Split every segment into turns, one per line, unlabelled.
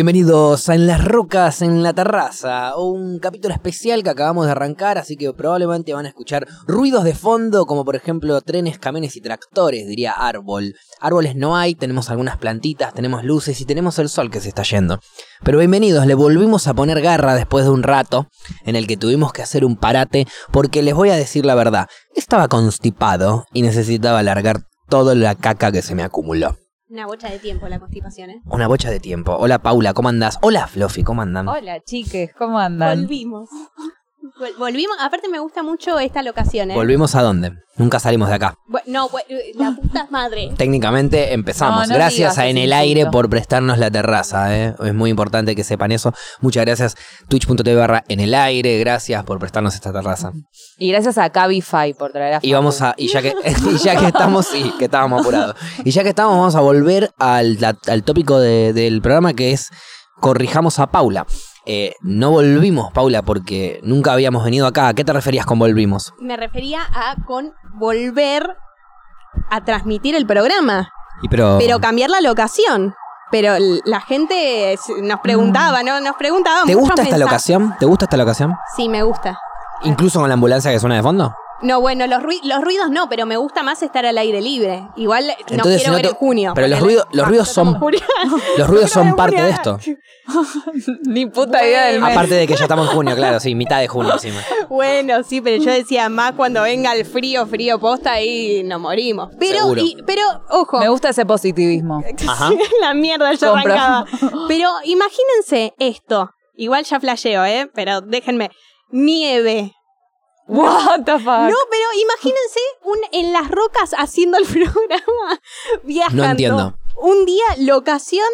Bienvenidos a En las Rocas, en la Terraza, un capítulo especial que acabamos de arrancar, así que probablemente van a escuchar ruidos de fondo, como por ejemplo trenes, camiones y tractores, diría árbol. Árboles no hay, tenemos algunas plantitas, tenemos luces y tenemos el sol que se está yendo. Pero bienvenidos, le volvimos a poner garra después de un rato en el que tuvimos que hacer un parate, porque les voy a decir la verdad, estaba constipado y necesitaba largar toda la caca que se me acumuló.
Una bocha de tiempo la constipación, ¿eh?
Una bocha de tiempo. Hola Paula, ¿cómo andás? Hola Fluffy, ¿cómo andan?
Hola, chiques, ¿cómo andan?
Volvimos. Vol- volvimos. Aparte me gusta mucho esta locación, ¿eh?
¿Volvimos a dónde? Nunca salimos de acá.
Bu- no, bu- la puta madre.
Técnicamente empezamos.
No, no
gracias
digas
a
ese
En el
insulto.
Aire por prestarnos la terraza. ¿eh? Es muy importante que sepan eso. Muchas gracias, twitch.tv barra En el Aire. Gracias por prestarnos esta terraza.
Y gracias a Cabify por traer a
Y vamos a, y ya que, y ya que estamos, sí, que estábamos apurados. Y ya que estamos, vamos a volver al, la- al tópico de- del programa que es Corrijamos a Paula. Eh, no volvimos, Paula, porque nunca habíamos venido acá. ¿A qué te referías con volvimos?
Me refería a con volver a transmitir el programa,
Y pero,
pero cambiar la locación. Pero l- la gente se- nos preguntaba, ¿no? Nos preguntaba
¿Te
muchos
gusta esta
mensajes.
locación? ¿Te gusta esta locación?
Sí, me gusta.
Incluso con la ambulancia que suena de fondo.
No, bueno, los, rui- los ruidos no, pero me gusta más estar al aire libre. Igual eh, no
Entonces,
quiero
si no
ver
te-
en junio.
pero los
ponele.
ruidos- los
Ah,
ruidos
yo tomo
son-
junio.
Los ruidos son
Pero
parte de
Julián.
esto.
Ni puta idea del mes.
Aparte de que ya estamos en junio, claro, sí, mitad de junio encima.
Bueno, sí, pero yo decía más cuando venga el frío, frío posta ahí nos morimos. Pero,
Seguro.
y- pero ojo,
Me gusta ese positivismo.
Ajá.
la mierda yo
Compro.
arrancaba. Pero imagínense esto. Igual ya flasheo, ¿eh? Pero déjenme. Nieve.
What the fuck?
No, pero imagínense un, en las rocas haciendo el programa, viajando.
No entiendo.
Un día, locación,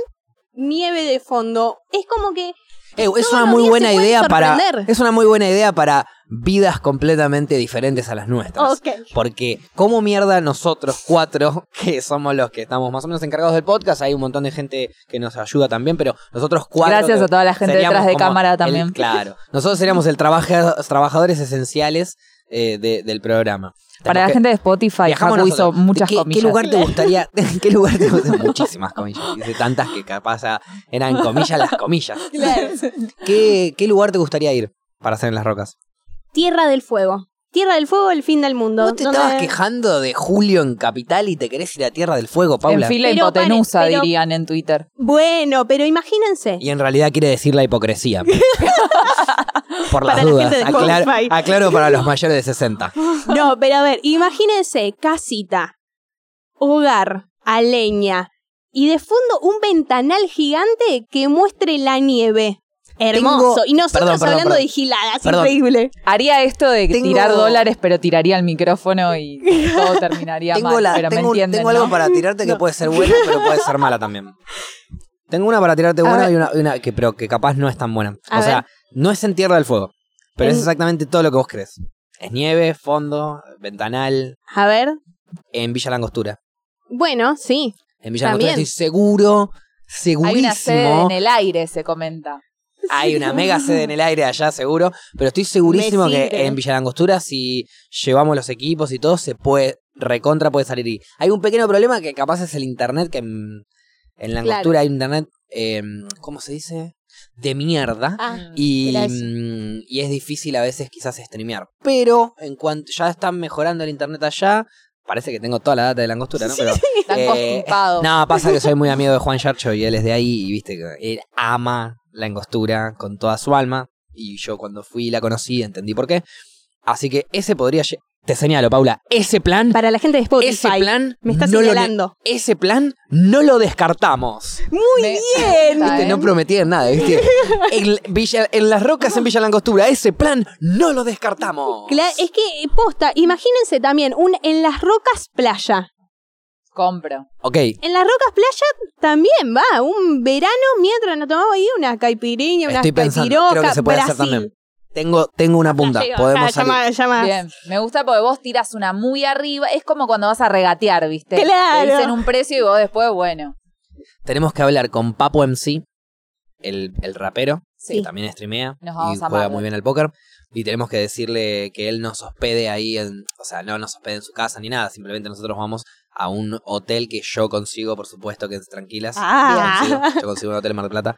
nieve de fondo. Es como que
Eh, es
Todos
una
los
muy
días
buena
se pueden
idea para.
sorprender.
Es una muy buena idea para vidas completamente diferentes a las nuestras.
Ok.
Porque, ¿cómo mierda nosotros cuatro, que somos los que estamos más o menos encargados del podcast? Hay un montón de gente que nos ayuda también, pero nosotros cuatro.
Gracias
que
a toda la gente
seríamos
detrás de
como
cámara
el-
también.
claro. Nosotros seríamos el trabaja- trabajadores esenciales eh, de- del programa.
Para
Tenemos
la
que-
gente de Spotify,
Viajamos
Facu hizo
nosotros.
muchas
¿Qué, qué
comillas.
lugar te gustaría? ¿Qué lugar te gustaría? Muchísimas comillas. Dice tantas que capaz ah, eran comillas las comillas. ¿Qué, qué lugar te gustaría ir para hacer en las rocas?
Tierra del Fuego. Tierra del Fuego, el fin del mundo.
¿No te
¿Dónde-
estabas quejando de Julio en Capital y te querés ir a Tierra del Fuego,
En
Paula?
fila
Pero pare-
hipotenusa,
pero-
dirían en Twitter.
Bueno, pero imagínense.
Y en realidad quiere decir la hipocresía. Por las
Para la
dudas.
gente de
aclaro,
Spotify.
aclaro para los mayores de 60.
No, pero a ver, imagínense, casita, hogar, a leña y de fondo un ventanal gigante que muestre la nieve. Hermoso.
Tengo-
y nosotros
Perdón, perdón,
hablando
perdón.
de giladas,
Perdón.
increíble.
Haría esto de
Tengo-
tirar dólares, pero tiraría el micrófono y todo terminaría
Tengo,
mal.
la-
pero
tengo-
me entienden,
tengo algo
¿no?
para tirarte que puede ser buena, pero puede ser mala también. Tengo una para tirarte buena
ver.
y una, y una que, pero que capaz no es tan buena.
A
o sea,
ver.
no es en Tierra del Fuego, pero es
En-
exactamente todo lo que vos crees. Es nieve, fondo, ventanal,
A ver.
en Villa Langostura.
Bueno, sí.
En Villa Langostura
También.
estoy seguro,
Hay una sede
segurísimo.
en el aire, se comenta.
Hay una mega sede en el aire allá, seguro. Pero estoy segurísimo
Me
que
sirve.
en Villa Langostura, si llevamos los equipos y todo, se puede, recontra puede salir. Y hay un pequeño problema que capaz es el internet, que en, en Langostura hay un internet, eh, ¿cómo se dice? De mierda.
Ah,
Y,
era eso.
mm, y es difícil a veces quizás streamear. Pero en cuanto ya están mejorando el internet allá, parece que tengo toda la data de Langostura, ¿no? Pero,
Están
eh,
constipados.
Oh.
no, pasa que soy muy amigo de Juan Yarcho y él es de ahí y viste que él ama la angostura con toda su alma. Y yo cuando fui y la conocí entendí por qué. Así que ese podría... lle- Te señalo, Paula, ese plan...
Para la gente de Spotify.
Ese plan...
Me está
no lo ne-
señalando.
ese plan no lo descartamos.
Muy
Me-
bien.
Está,
Viste,
¿eh?
Este, No prometían nada, ¿viste? En, Villa- en las rocas en Villa Langostura, ese plan no lo descartamos.
Cla- es que, eh, posta, imagínense también un en las rocas playa.
Compro.
Ok,
En las rocas playa también va, un verano mientras nos tomamos ahí una caipirinha, una
estoy pensando, creo que se puede hacer también. Tengo, tengo una punta,
Ah,
podemos salir.
llama, llama.
Bien, me gusta porque vos tiras una muy arriba. Es como cuando vas a regatear, ¿viste?
Claro.
Te dicen un precio y vos después, bueno.
Tenemos que hablar con Papo MC, el, el rapero,
Sí.
que también streamea
Nos vamos
y
a
juega
Marvel.
muy bien al póker. Y tenemos que decirle que él nos hospede ahí, en, o sea, no nos hospede en su casa ni nada, simplemente nosotros vamos a un hotel que yo consigo, por supuesto, que es tranquilas.
Ah.
Yo consigo, yo consigo un hotel en Mar del Plata.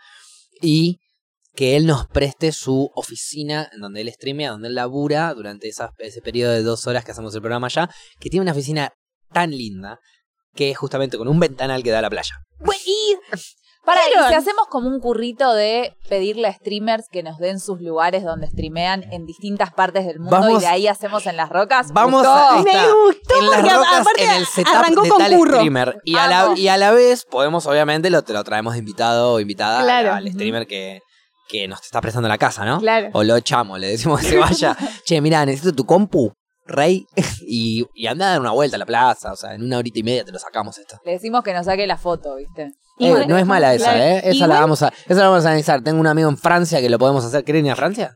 y que él nos preste su oficina en donde él streamea, donde él labura durante esas- ese periodo de dos horas que hacemos el programa allá, que tiene una oficina tan linda que es justamente con un ventanal que da a la playa.
Bueno, y
Para, y
¿Vieron?
si hacemos como un currito de pedirle a streamers que nos den sus lugares donde streamean en distintas partes del mundo
Vamos-
y de ahí hacemos en las rocas.
Vamos
gustó.
a- Ahí
me
está.
gustó
en las
porque a-
rocas,
aparte
en el setup
arrancó
de
con
tal
curro.
streamer. Y a, la,
Amo.
y a la vez podemos, obviamente, lo, te lo traemos de invitado o invitada
Claro.
al streamer que, que nos está prestando la casa, ¿no? Oh.
Claro.
O lo echamos, le decimos que se vaya. che, mirá, necesito tu compu, rey, y, y anda a dar una vuelta a la plaza. O sea, en una horita y media te lo sacamos esto.
Le decimos que nos saque la foto, ¿viste?
Eh,
Igual-
no es mala esa,
claro.
¿eh? Esa, la
Igual-
vamos a, esa la vamos a analizar. Tengo un amigo en Francia que lo podemos hacer. ¿Quieren ir a Francia?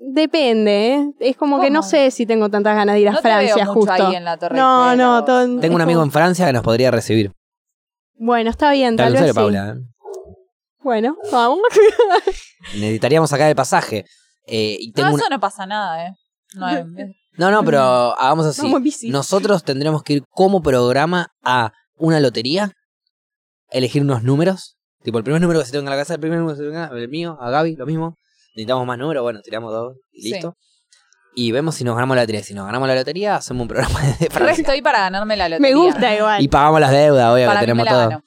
Depende, ¿eh? Es como que
¿Cómo?
no sé si tengo tantas ganas de ir a
Oh. No te
Francia
veo mucho
justo.
ahí en la Torre
no,
Eiffel,
no,
vos.
todo- es
Tengo un amigo
como-
en Francia que nos podría recibir.
Bueno, está bien,
Tal
tal,
vez
vez. sí.
Paula. ¿eh?
Bueno, vamos.
Necesitaríamos sacar el pasaje. Eh, y tengo
No,
una-
eso no pasa nada, ¿eh? No, eh,
No, no, pero hagamos así.
Vamos en bici.
Nosotros tendremos que ir como programa a una lotería, elegir unos números. Tipo, el primer número que se tenga en la casa, el primer número que se tenga, el mío, a Gaby, lo mismo. Necesitamos más números, bueno, tiramos dos y
Sí.
listo. Y vemos si nos ganamos la lotería. Si nos ganamos la lotería, hacemos un programa de
re
Francia.
estoy para ganarme la lotería.
Me gusta igual.
Y pagamos las deudas, obvio,
Para
que
mí me
tenemos
la
todo.
gano.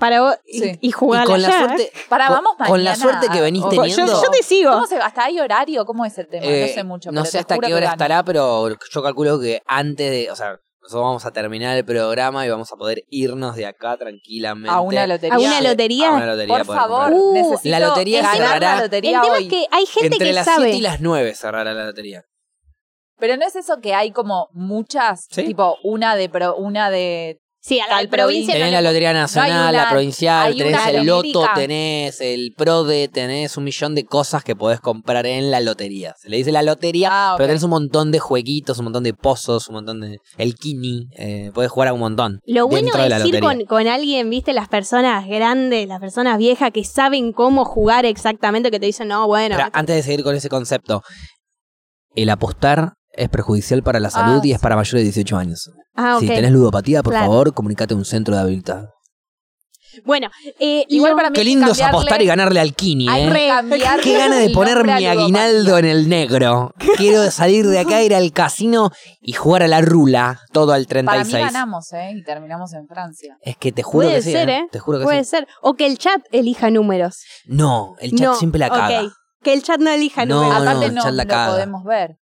Para vos, y-
Sí.
y,
Y
jugar
con la
allá, ¿eh?
suerte,
Para,
con-
vamos mañana.
con la suerte que venís
O-
Yo,
teniendo-
yo te sigo.
¿Cómo se, ¿Hasta hay horario? ¿Cómo es el tema?
Eh,
no sé mucho.
No
pero
sé
te
hasta
juro
qué
que
hora
gano.
estará, pero yo calculo que antes de. O sea, nosotros vamos a terminar el programa y vamos a poder irnos de acá tranquilamente.
A una lotería.
¿A una lotería?
A una lotería,
Por
poder
favor,
comprar.
Uh,
necesito
la lotería
ganar
cerrará-
la
El
lotería
tema
hoy.
es que hay gente
Entre
que
las
sabe.
7 y las 9 cerrará la lotería.
Pero no es eso que hay como muchas,
Sí.
tipo una de pro- una de
Sí, a la
Tal
provincia.
provincia
no
Tenés
le-
la lotería nacional,
una-
la provincial,
hay
tenés
una
el loto,
lotírica.
tenés el PRODE, tenés un millón de cosas que podés comprar en la lotería. Se le dice la lotería,
Ah, ok.
pero tenés un montón de jueguitos, un montón de pozos, un montón de... El kini, eh, podés jugar a un montón.
Lo bueno
dentro de la
es ir
lotería.
con, con alguien, viste, las personas grandes, las personas viejas que saben cómo jugar exactamente, que te dicen, no, bueno.
Espera, antes de seguir con ese concepto, el apostar es perjudicial para la salud y es para mayores de 18 años.
ah, ok.
Si tenés ludopatía, por
Claro.
favor, comunícate a un centro de habilitado.
Bueno, eh,
Igual
lo-
para mí- Hay
Qué
que
lindo es
cambiarle-
apostar y ganarle al Kini,
hay
¿eh?
que cambiarle
Qué gana de
el
poner
nombre a
mi
ludopatía.
aguinaldo en el negro. Quiero salir de acá, ir al casino y jugar a la rula todo al
Para mí
36.
ganamos, ¿eh? Y terminamos en Francia.
Es que te juro
Puede
que sí.
ser, ¿eh?
Te juro que
puede
sí.
ser. O que el chat elija números.
No, el chat
No,
siempre la caga.
ok. Que el chat no elija
No,
números.
Aparte
el
no,
chat la
lo
caga.
podemos ver.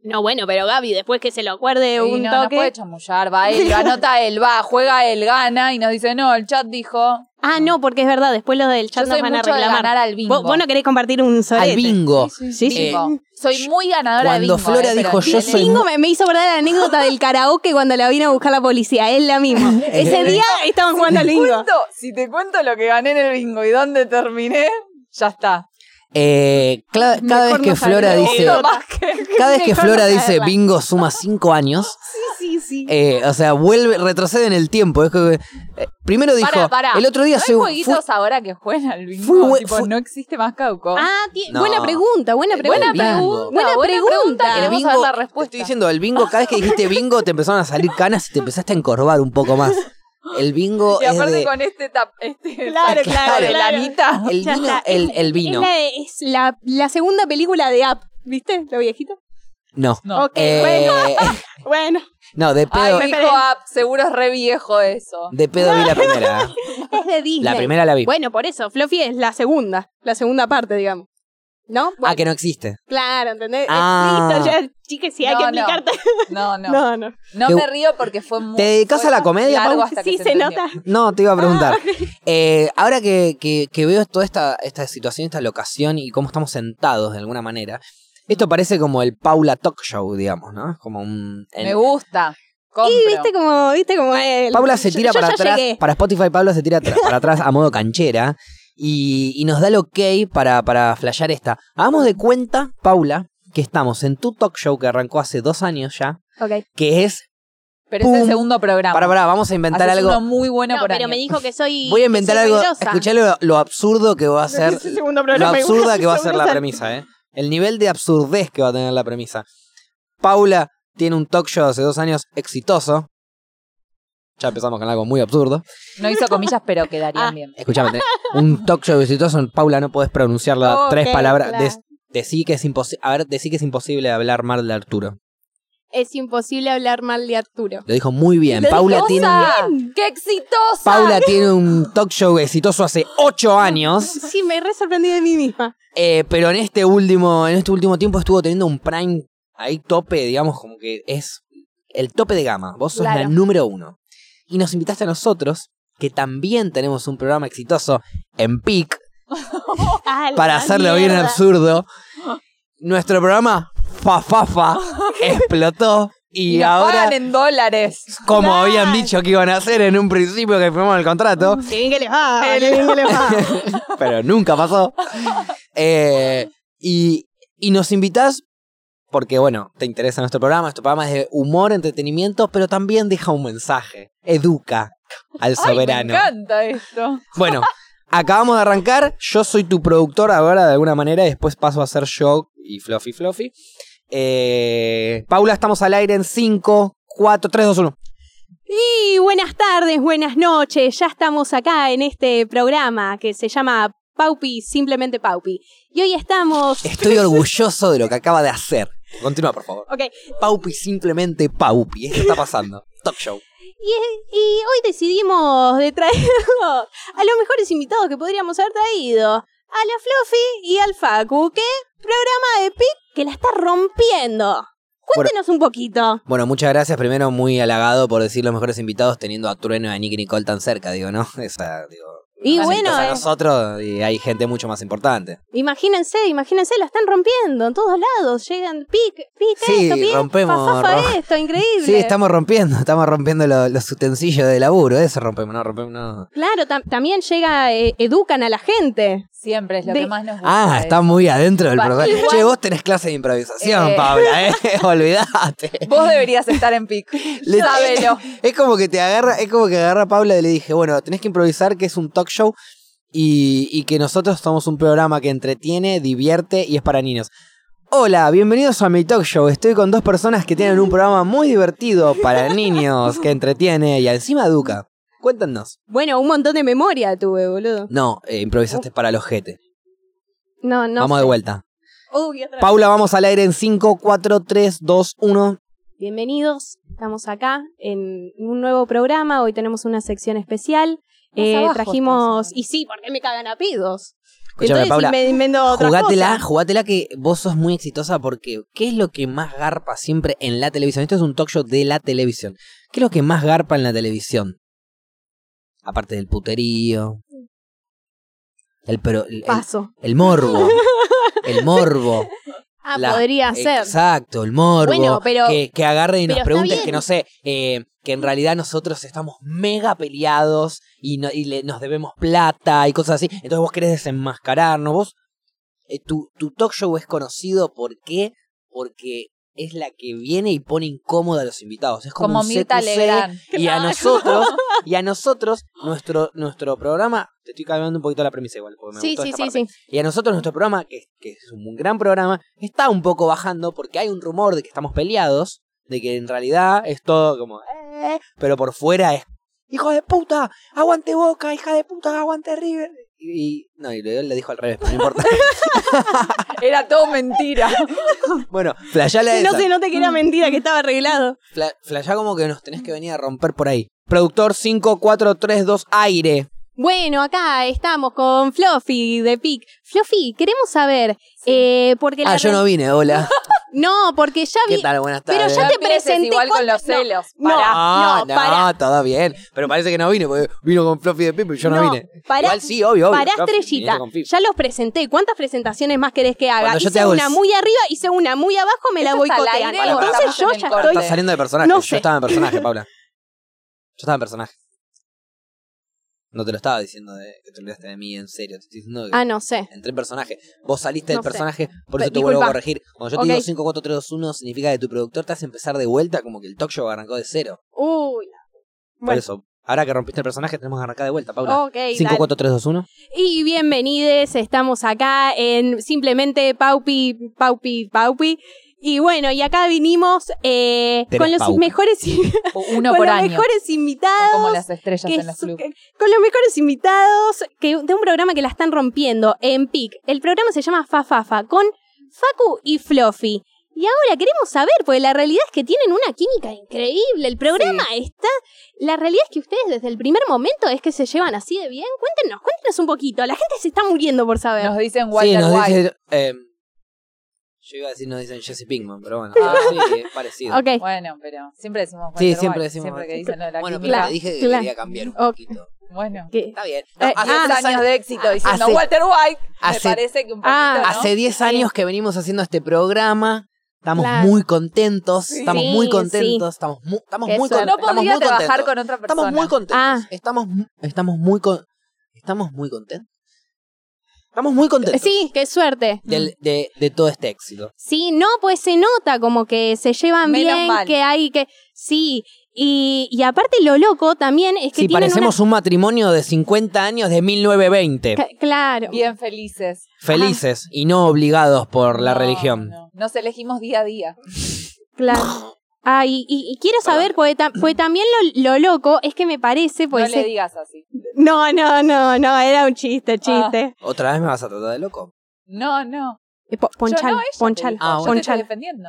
No, bueno, pero Gaby, después que se lo acuerde
Y
un
no, nos
toque.
puede chamullar, va él, lo anota él, va, juega él, gana y nos dice, no, el chat dijo.
Ah, no, porque es verdad, después los del
Yo
chat nos
soy
van a
mucho de ganar
reclamar.
al bingo.
Vos, vos no querés compartir un solete.
Al bingo. Eh,
Sí,
Sí,
sí,
sí.
bingo. Soy muy ganadora
Cuando
de bingo.
Flora
eh, pero
dijo, yo
tiene-
soy
Bingo me, me hizo acordar la anécdota del karaoke cuando la vino a buscar la policía, es la misma. Ese día estaban jugando al bingo.
cuento- si te cuento lo que gané en el bingo y dónde terminé, ya está.
Eh, cla- cada vez
Mejor
que
no
Flora
salir.
dice.
Uno más que-
Cada vez que
Mejor
Flora
no
dice
saberla.
bingo suma 5 años,
Sí, sí, sí.
eh, o sea, vuelve, retrocede en el tiempo. Es que, eh, primero dijo,
Pará, pará.
el otro día
¿No
se
hay
fue-
jueguitos ahora que juegan al bingo?
Fue bue-
tipo,
fue-
no existe más cauco.
Ah, ti-
No.
buena pregunta, buena pregunta.
buena
bingo.
pregunta.
Buena pregunta.
el
Queremos
bingo-
saber la
te
respuesta.
estoy diciendo, el bingo, cada vez que dijiste bingo te empezaron a salir canas y te empezaste a encorvar un poco más. El bingo
y
es
aparte
eh, de- Eh,
con este tap, este
Claro,
saquito
claro,
de
claro.
lanita.
el
Ya
vino,
está.
el, el
Es,
vino.
la, de- es la- la segunda película de App, ¿viste? Lo viejito.
No.
No.
Ok,
Eh,
bueno.
no, de
Ay,
pedo,
me dijo app, seguro es re viejo eso.
de pedo vi la primera. eh.
Bueno, es de Disney.
La primera la vi.
Bueno, por eso, Fluffy es la segunda, la segunda parte, digamos. ¿No? Bueno,
Ah, que no existe.
Claro, ¿entendés?
Ah.
Listo, ya, chiques, si hay
No,
que
no.
explicarte.
No, no. No,
No, no.
Te-
me río porque fue muy.
¿Te dedicas
fue
a la comedia,
largo
Pau?
hasta que
Sí, se
entendió.
nota.
No, te iba a preguntar. Eh, ahora que, que- que veo toda esta, esta situación, esta locación y cómo estamos sentados de alguna manera, esto parece como el Paula Talk Show, digamos, ¿no? Es como un. el-
Me gusta. Compro.
Y viste como, viste como él.
Paula se tira
Yo- yo
para
ya
atrás.
llegué.
Para Spotify, Paula se tira tra- para atrás a modo canchera. Y, y nos da el ok para, para flashear esta. Hagamos de cuenta, Paula, que estamos en tu talk show que arrancó hace dos años ya,
Ok.
que es.
Pero es el
Pum.
segundo programa.
Para, para, vamos a inventar
Haces
algo.
uno muy bueno
No,
por
pero
año.
me dijo que soy.
Voy a inventar
que soy
algo.
brillosa.
Escuchá lo, lo absurdo que va a ser.
Ese segundo
Lo
programa igual,
absurda que va a ser
segundo
la
sal-
premisa, ¿eh? El nivel de absurdez que va a tener la premisa. Paula tiene un talk show hace dos años exitoso. Ya empezamos con algo muy absurdo.
No hizo comillas, pero quedarían bien.
Escúchame, tenés un talk show exitoso. Paula, no podés pronunciar las
Oh, Ok,
tres palabras.
claro.
Des- decí que es imposible. A ver, decí que es imposible hablar mal de Arturo.
Es imposible hablar mal de Arturo.
Lo dijo muy bien. Paula tiene, un,
¡Exitosa! ¡Qué exitosa!
Paula tiene un talk show exitoso hace ocho años.
Sí, me re sorprendí de mí misma.
eh, pero en este último, en este último tiempo estuvo teniendo un prime ahí tope, digamos, como que es el tope de gama. Vos sos la
Claro.
número uno. Y nos invitaste a nosotros, que también tenemos un programa exitoso en PIC,
Ah, la
para hacerlo bien
mierda.
absurdo. Nuestro programa Fa Fa Fa explotó y,
Y nos
ahora,
pagan en dólares.
como
Claro.
habían dicho que iban a hacer en un principio que firmamos el contrato,
Qué bien que les va, qué Ah, bien que les va.
pero nunca pasó. eh, y, y nos invitás porque, bueno, te interesa nuestro programa. Nuestro programa es de humor, entretenimiento, pero también deja un mensaje. Educa al
Ay,
soberano.
me encanta esto.
Bueno, acabamos de arrancar. Yo soy tu productor ahora de alguna manera. y Después paso a ser yo y Fluffy Fluffy. Eh, Paula, estamos al aire en 5, 4, 3, 2, 1.
Y buenas tardes, buenas noches. Ya estamos acá en este programa que se llama Paupi, simplemente Paupi. Y hoy estamos.
Estoy orgulloso de lo que acaba de hacer. Continúa, por favor.
Ok,
Paupi, simplemente Paupi. Esto está pasando. Top Show.
Y, y hoy decidimos de traer a los mejores invitados que podríamos haber traído. A la Fluffy y al Facu, que programa de PIC que la está rompiendo. Cuéntenos un poquito.
Bueno, muchas gracias. Primero, muy halagado por decir los mejores invitados teniendo a Trueno y a Nicky Nicole tan cerca, digo, ¿no? Esa, digo.
Y
nos
bueno,
invitas a
eh,
nosotros y hay gente mucho más importante.
imagínense, imagínense, la están rompiendo en todos lados. Llegan PIC, PIC
Sí,
esto, PIC,
rompemos, rom-
esto, increíble.
Sí, estamos rompiendo, estamos rompiendo lo- los utensilios de laburo, eso rompemos, no rompemos, no.
Claro, tam- también llega, eh, educan a la gente.
Siempre es lo
De-
que más nos gusta.
Ah,
es-
está muy adentro del
Pa-
programa.
igual-
Che, vos tenés clase de improvisación,
Eh.
Paula, eh, olvidate.
Vos deberías estar en PIC.
Le-
Sábelo.
Es como que te agarra, es como que agarra a Paula y le dije, bueno, tenés que improvisar que es un talk show y, y que nosotros somos un programa que entretiene, divierte y es para niños. Hola, bienvenidos a mi talk show. Estoy con dos personas que tienen un programa muy divertido para niños, que entretiene y encima educa. Cuéntanos.
Bueno, un montón de memoria tuve, boludo.
No, eh, improvisaste para los jetes.
No, no.
vamos
sé.
de vuelta.
Uy, otra vez.
Paula, vamos al aire en 5, 4, 3, 2, 1.
Bienvenidos, estamos acá en un nuevo programa. Hoy tenemos una sección especial.
Más
Eh,
abajo
trajimos.
estás.
Y sí, porque me cagan a pidos.
Escúchame,
Entonces
Paula,
me invento otra
Jugátela, jugátela que vos sos muy exitosa porque ¿qué es lo que más garpa siempre en la televisión? Esto es un talk show de la televisión. ¿Qué es lo que más garpa en la televisión? Aparte del puterío. El, pero, el, el-
Paso.
el morbo. El morbo.
Ah,
la-
podría ser.
Exacto, el morbo.
Bueno, pero-
que, que agarren y nos
pero está
pregunten
bien.
que no sé, eh, que en realidad nosotros estamos mega peleados y, no- y le- nos debemos plata y cosas así. Entonces vos querés desenmascararnos. Vos, eh, tu, tu talk show es conocido ¿por qué? Porque es la que viene y pone incómoda a los invitados. Es como,
Como
un
Mirta
CQC,
Legrand.
y a nosotros, y a nosotros, nuestro, nuestro programa, te estoy cambiando un poquito la premisa igual, porque me
Sí,
gustó
sí,
esta
sí,
parte.
sí.
Y a nosotros nuestro programa, que, que es un gran programa, está un poco bajando porque hay un rumor de que estamos peleados, de que en realidad es todo como... "Eh", pero por fuera es... ¡Hijo de puta! ¡Aguante Boca! ¡Hija de puta! ¡Aguante River! Y... y- no, y le, le dijo al revés, pero no importa.
Era todo mentira.
bueno, flashala
No
esa.
se note que era mentira que estaba arreglado.
Fla- flashá como que nos tenés que venir a romper por ahí. Productor 5432 aire.
Bueno, acá estamos con Fluffy de PIC. Fluffy, queremos saber. eh, porque la
Ah, yo
re-
no vine, hola.
No, porque ya vi.
¿Qué tal? Buenas
Pero
tardes.
ya
No
te
empieces
presenté
igual con
con-
los
no,
celos.
no.
Pará.
Ah, no,
pará.
todo bien. Pero parece que no vine, porque vino con Fluffy de Pipo y yo no,
No,
vine.
pará-
Igual sí, obvio, obvio.
Pará,
Fluffy,
estrellita.
viniste con Pipo.
Ya los presenté. ¿Cuántas presentaciones más querés que haga?
Cuando yo te
hice
hago el-
una muy arriba, hice una muy abajo, me la
¿Eso está al
boicotean.
aire o
Entonces
estamos en
yo
el
ya
corte?
estoy.
Estás saliendo de personaje.
No
yo
sé.
estaba en personaje, Paula. Yo estaba en personaje. No te lo estaba diciendo de que te olvidaste de mí, en serio. Te estoy diciendo que
Ah, no sé.
entré en personaje. Vos saliste
No
del
sé.
personaje, por eso
Pe-
te vuelvo a
disculpa.
corregir. Cuando yo te
Ok.
digo 5, 4, 3, 2, 1, significa que tu productor te hace empezar de vuelta, como que el talk show arrancó de cero.
Uy. Bueno.
Por eso, ahora que rompiste el personaje, tenemos que arrancar de vuelta, Paula.
Ok,
5,
dale.
4, 3, 2, 1.
Y bienvenides, estamos acá en simplemente Paupi, Paupi, Paupi. Y bueno, y acá vinimos eh,
Tres
con los
Pau.
mejores,
Uno
con
por
los
año.
mejores invitados.
Son como las estrellas
que
en los
su-
clubes.
que- con los mejores invitados que, de un programa que la están rompiendo en PIC. El programa se llama Fa Fa Fa, con Facu y Fluffy. Y ahora queremos saber, porque la realidad es que tienen una química increíble. El programa está. La realidad es que ustedes desde el primer momento es que se llevan así de bien. Cuéntenos, cuéntenos un poquito. La gente se está muriendo por saber.
Nos dicen
Sí,
Walter
nos
White.
dicen. eh, yo iba a decir, nos dicen Jesse Pinkman, pero bueno.
Ah.
Sí, es parecido.
Ok.
Bueno, pero siempre decimos
Sí,
Walter
siempre
White,
decimos
Siempre que
Walter.
dicen lo de la
Bueno, pero
química.
te dije que
Claro.
quería cambiar un
Ok.
poquito.
Bueno.
Que-
Está bien. No,
Eh,
hace,
ah,
10
10 años
años,
de éxito diciendo
hace-
Walter White.
hace-
me parece que un poquito,
Ah,
¿no?
hace 10 años que venimos haciendo este programa. Estamos
Claro.
muy contentos. Estamos
Sí,
muy
sí.
contentos. Estamos muy, estamos
Qué
muy, con-
suerte.
no
estamos muy
podía
contentos.
trabajar con otra persona.
Estamos muy contentos.
Ah.
Estamos, mu- estamos muy con, estamos muy contentos. Estamos muy contentos
Sí, qué suerte.
del- de, de todo este éxito.
Sí, no, pues se nota como que se llevan
Menos
bien,
mal.
que hay que. Sí, y, y aparte lo loco también es que
Sí,
tienen una.
parecemos un matrimonio de 50 años de 1920.
Ca- Claro.
Bien felices.
Felices y no obligados por la
No,
religión.
no. Nos elegimos día a día.
Claro. Ah, y, y- y quiero saber, porque, ta- porque también lo, lo loco es que me parece, pues.
no le Ah.
eh,
digas así.
No, no, no, no, era un chiste, chiste.
¿Otra vez me vas a tratar de loco?
No, no.
Eh, po-
Yo
Ponchalo,
no, ella te
ponchalo,
dijo.
Ah,
Yo te
bueno.
estoy
ponchalo.
defendiendo.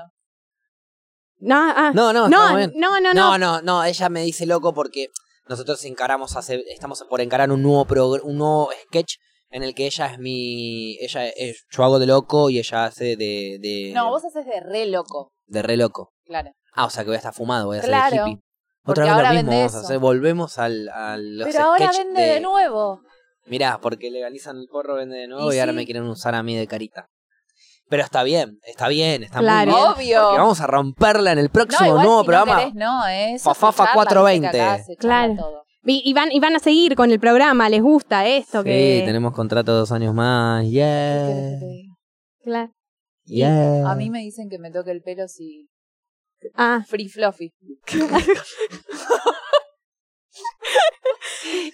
No, ah,
No, no, estamos
no,
bien.
no, no,
No,
no.
no, no, ella me dice loco porque nosotros encaramos hace, estamos por encarar un nuevo progr- un nuevo sketch en el que ella es mi ella es- yo hago de loco y ella hace de de,
No, vos haces de re loco.
de re loco.
Claro.
Ah, o sea que voy a estar fumado, voy a ser
Claro,
hippie.
porque
Otra vez
ahora
lo mismo
vende
vamos a
eso.
hacer, volvemos al a los
Pero ahora
sketch
vende de, nuevo.
Mirá, porque legalizan el porro vende de nuevo
Y
y, ahora
sí.
me quieren usar a mí de carita. Pero está bien, está bien, está
Claro.
muy bien.
Obvio.
porque vamos a romperla en el próximo
igual
nuevo
si
programa.
No, querés, no, eh. Eso
Fafafa
se charla,
420.
viste que acá se charla
Claro.
todo.
Y, y van, y van a seguir con el programa, les gusta esto.
Sí,
que...
tenemos contrato dos años más.
¿Qué
Yeah.
querés que te diga?
Claro.
Eh, Yeah.
A mí me dicen que me toque el pelo si.
Ah,
Free fluffy.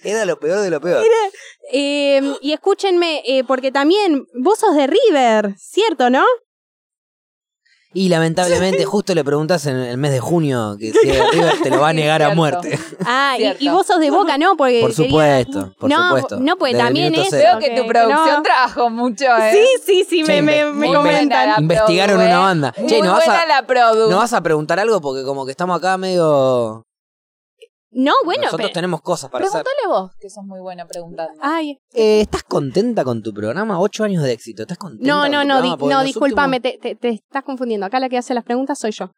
Era lo peor de lo peor.
Eh, y escúchenme, eh, porque también vos sos de River, ¿cierto, no?
Y lamentablemente, justo le preguntas en el mes de junio que si era River te lo va a
Sí,
negar a
cierto.
muerte.
Ah,
Cierto.
y, y vos sos de Boca, ¿no? Porque
Por
quería-
supuesto, por
No,
supuesto.
no, pues,
Desde el
también
minuto
es-
cero.
Veo
Ok,
que tu
no.
producción trabajó mucho, eh.
Sí, sí, sí,
Sí,
me, me-
inve-
me
inve-
comentan.
la
Investigaron
produ,
una
eh.
banda.
Muy
Che, ¿no vas,
buena
a,
la produ.
¿no vas a preguntar algo? Porque como que estamos acá medio...
No, bueno,
Nosotros
pero-
tenemos cosas para hacer.
Pregúntale vos, que sos muy buena preguntando.
Ay,
Eh, ¿Estás contenta con tu programa? Ocho años de éxito. ¿Estás contenta?
no,
con
no,
tu
no,
programa?
di-
Porque
no,
los
discúlpame,
últimos-
te, te- te estás confundiendo. Acá la que hace las preguntas soy yo.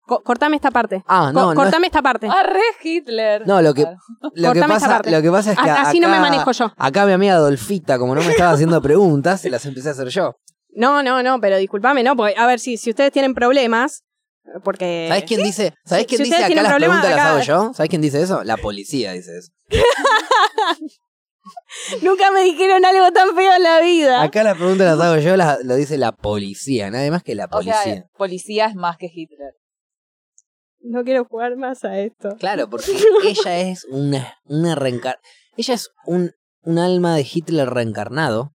Co- cortame esta parte.
Ah, no,
Co-
no, es-
cortame esta parte.
Ah, re Hitler.
No, lo que-
Ah,
lo, que
cortame esa
pasa,
parte.
lo que pasa es que
A- Así no me
acá-
manejo yo.
Acá mi amiga Dolfita, como no me estaba haciendo preguntas, se las empecé a hacer yo.
No, no, no, pero discúlpame, no, porque, a ver, si, si ustedes tienen problemas, porque...
¿Sabés quién dice? ¿Sabés
Eh, Si-
quién
si
dice
ustedes
acá
tienen
las
problemas,
preguntas
acá-
las hago yo? ¿Sabés quién dice eso? La policía dice eso.
Nunca me dijeron algo tan feo en la vida.
Acá las preguntas las hago yo, las- lo dice la policía, nada más que la
O
policía.
sea, policía es más que Hitler.
No quiero jugar más a esto.
Claro, porque ella es una, una reencar... Ella es un, un alma de Hitler reencarnado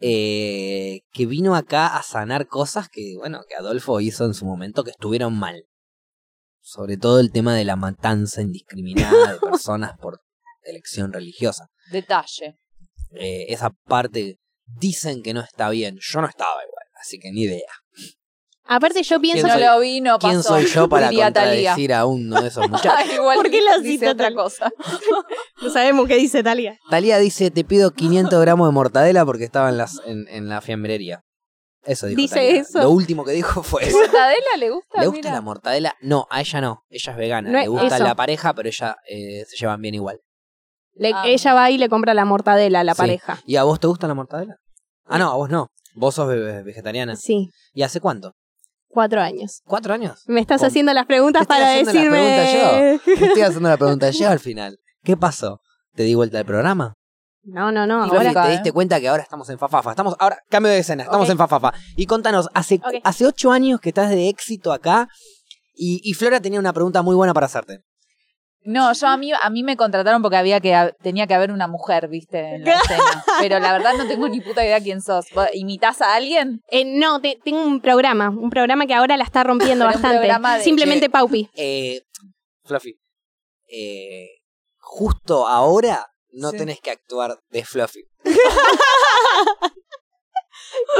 eh, que vino acá a sanar cosas que, bueno, que Adolfo hizo en su momento que estuvieron mal. Sobre todo el tema de la matanza indiscriminada de personas por elección religiosa.
Detalle.
Eh, esa parte dicen que no está bien. Yo no estaba igual, así que ni idea.
Aparte yo
¿Quién
pienso
no
soy-
que...
lo vi, no pasó.
¿Quién soy yo para
Diría Thalía.
contradecir a uno de esos muchachos?
Ah, igual
¿Por qué lo
dice
cito
otra
tan-
cosa?
No sabemos qué dice Talia.
Talía dice, te pido 500 gramos de mortadela porque estaba en, las, en, en la fiambrería. Eso dijo
Dice
Thalía.
eso.
Lo último que dijo fue eso.
¿Mortadela le gusta?
¿Le gusta
Mira.
la mortadela? No, a ella no. Ella es vegana.
No es
Le gusta
eso.
la pareja, pero ella eh, se llevan bien igual.
Le-
Ah.
Ella va y le compra la mortadela a la
Sí.
pareja.
¿Y a vos te gusta la mortadela? Ah, no, a vos no. Vos sos ve- ve- vegetariana.
Sí,
¿Y hace cuánto?
cuatro años.
¿Cuatro años?
Me estás
Com-
haciendo las preguntas
Te estoy
para
haciendo las
decirme...
preguntas Te estoy haciendo la pregunta yo al final. ¿Qué pasó? ¿Te di vuelta al programa?
No, no, no.
Y
ahora-
Ahora
Lógica,
te
¿eh?
diste cuenta que ahora estamos en Fafafa. Estamos, ahora, cambio de escena, estamos
Ok.
en Fafafa. Y contanos, hace,
Ok.
hace ocho años que estás de éxito acá y, y Flora tenía una pregunta muy buena para hacerte.
No, yo a mí, a mí me contrataron porque había que, tenía que haber una mujer, viste, en la escena. Pero la verdad no tengo ni puta idea quién sos. ¿Vos ¿Imitás a alguien?
Eh, no, te- tengo un programa, un programa que ahora la está rompiendo
Pero un
bastante.
programa de-
Simplemente Paupi.
Eh, Fluffy, eh, justo ahora no
Sí.
tenés que actuar de Fluffy.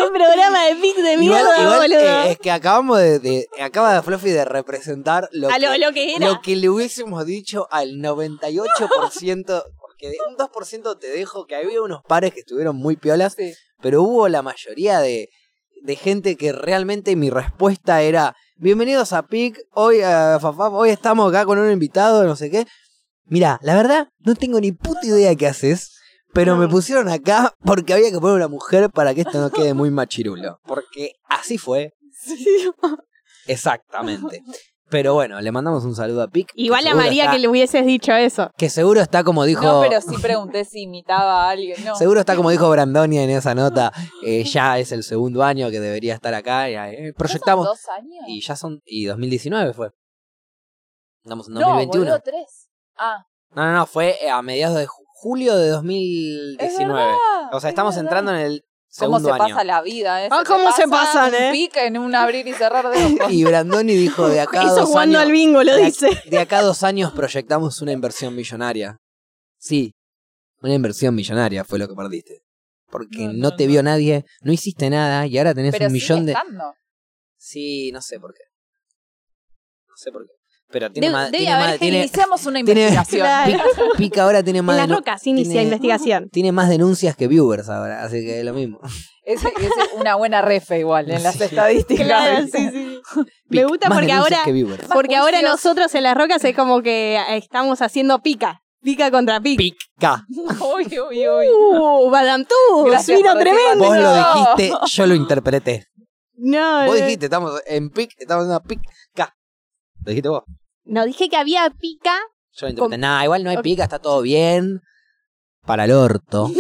Un programa de pic de mierda,
Igual- igual,
boludo.
eh, es que acabamos de, de- acaba de Fluffy de representar lo,
A
que,
lo, lo que era.
lo que le hubiésemos dicho al 98%, porque de un 2% te dejo que había unos pares que estuvieron muy piolas,
Sí.
pero hubo la mayoría de, de gente que realmente mi respuesta era, bienvenidos a PIC, hoy, a Fafaf, hoy estamos acá con un invitado, no sé qué. Mira, la verdad, no tengo ni puta idea qué haces, pero me pusieron acá porque había que poner una mujer para que esto no quede muy machirulo. Porque así fue, exactamente. Pero bueno, le mandamos un saludo a PIC. que
Igual a
seguro
María
está-
que le hubieses dicho eso.
que seguro está como dijo...
No, pero sí pregunté si imitaba a alguien. No.
Seguro está como dijo Brandoni en esa nota, eh, ya es el segundo año que debería estar acá. y, eh, proyectamos.
¿Dos años?
Y ya son. Y 2019 fue. Estamos en
no,
2021.
boludo,
No,
tres. Ah,
no, no, fue eh, a mediados de ju- julio de
es
2019.
verdad,
O sea,
es
estamos
verdad.
entrando en el
¿Cómo
segundo
se
año.
pasa la vida? ¿eh?
Ah, ¿cómo
te
se pasan,
un
eh?
pique en un abrir y cerrar de ojos.
Y Brandoni dijo: de acá,
Eso
dos
jugando
años,
al bingo lo
de,
dice.
ac- de acá dos años proyectamos una inversión millonaria. Sí, una inversión millonaria fue lo que perdiste. Porque
No,
no,
no,
te
no.
vio nadie, no hiciste nada y ahora tenés
Pero
un millón
sigue
de.
estando.
Sí, no sé por qué. No sé por qué. Pero tiene
Debe,
más.
debe
tiene
haber
más-
que
tiene-
iniciamos una
tiene-
investigación.
Claro.
Pic- Pica ahora tiene
En
más.
las
denu-
rocas inicia
tiene-
investigación.
Tiene más denuncias que viewers ahora, así que es lo mismo.
Es, es una buena refe igual en las
Sí.
estadísticas.
Claro,
¿viste?
sí, sí. Me gusta
Más
porque
denuncias
ahora,
que viewers.
porque
Más
ahora
juicios.
nosotros en las rocas es como que eh, estamos haciendo pica. Pica contra pica.
Pica.
Uy, uy, uy.
Uh, Madame Tuss,
Gracias
vino
por decir
tremendo.
Vos lo
No.
dijiste, yo lo interpreté.
No, eh,
Vos
no.
dijiste, estamos en pic, estamos en una pica. Lo dijiste vos.
No, dije que había pica.
Yo lo interpreté. Nah, igual no hay pica, está todo bien. Para el orto.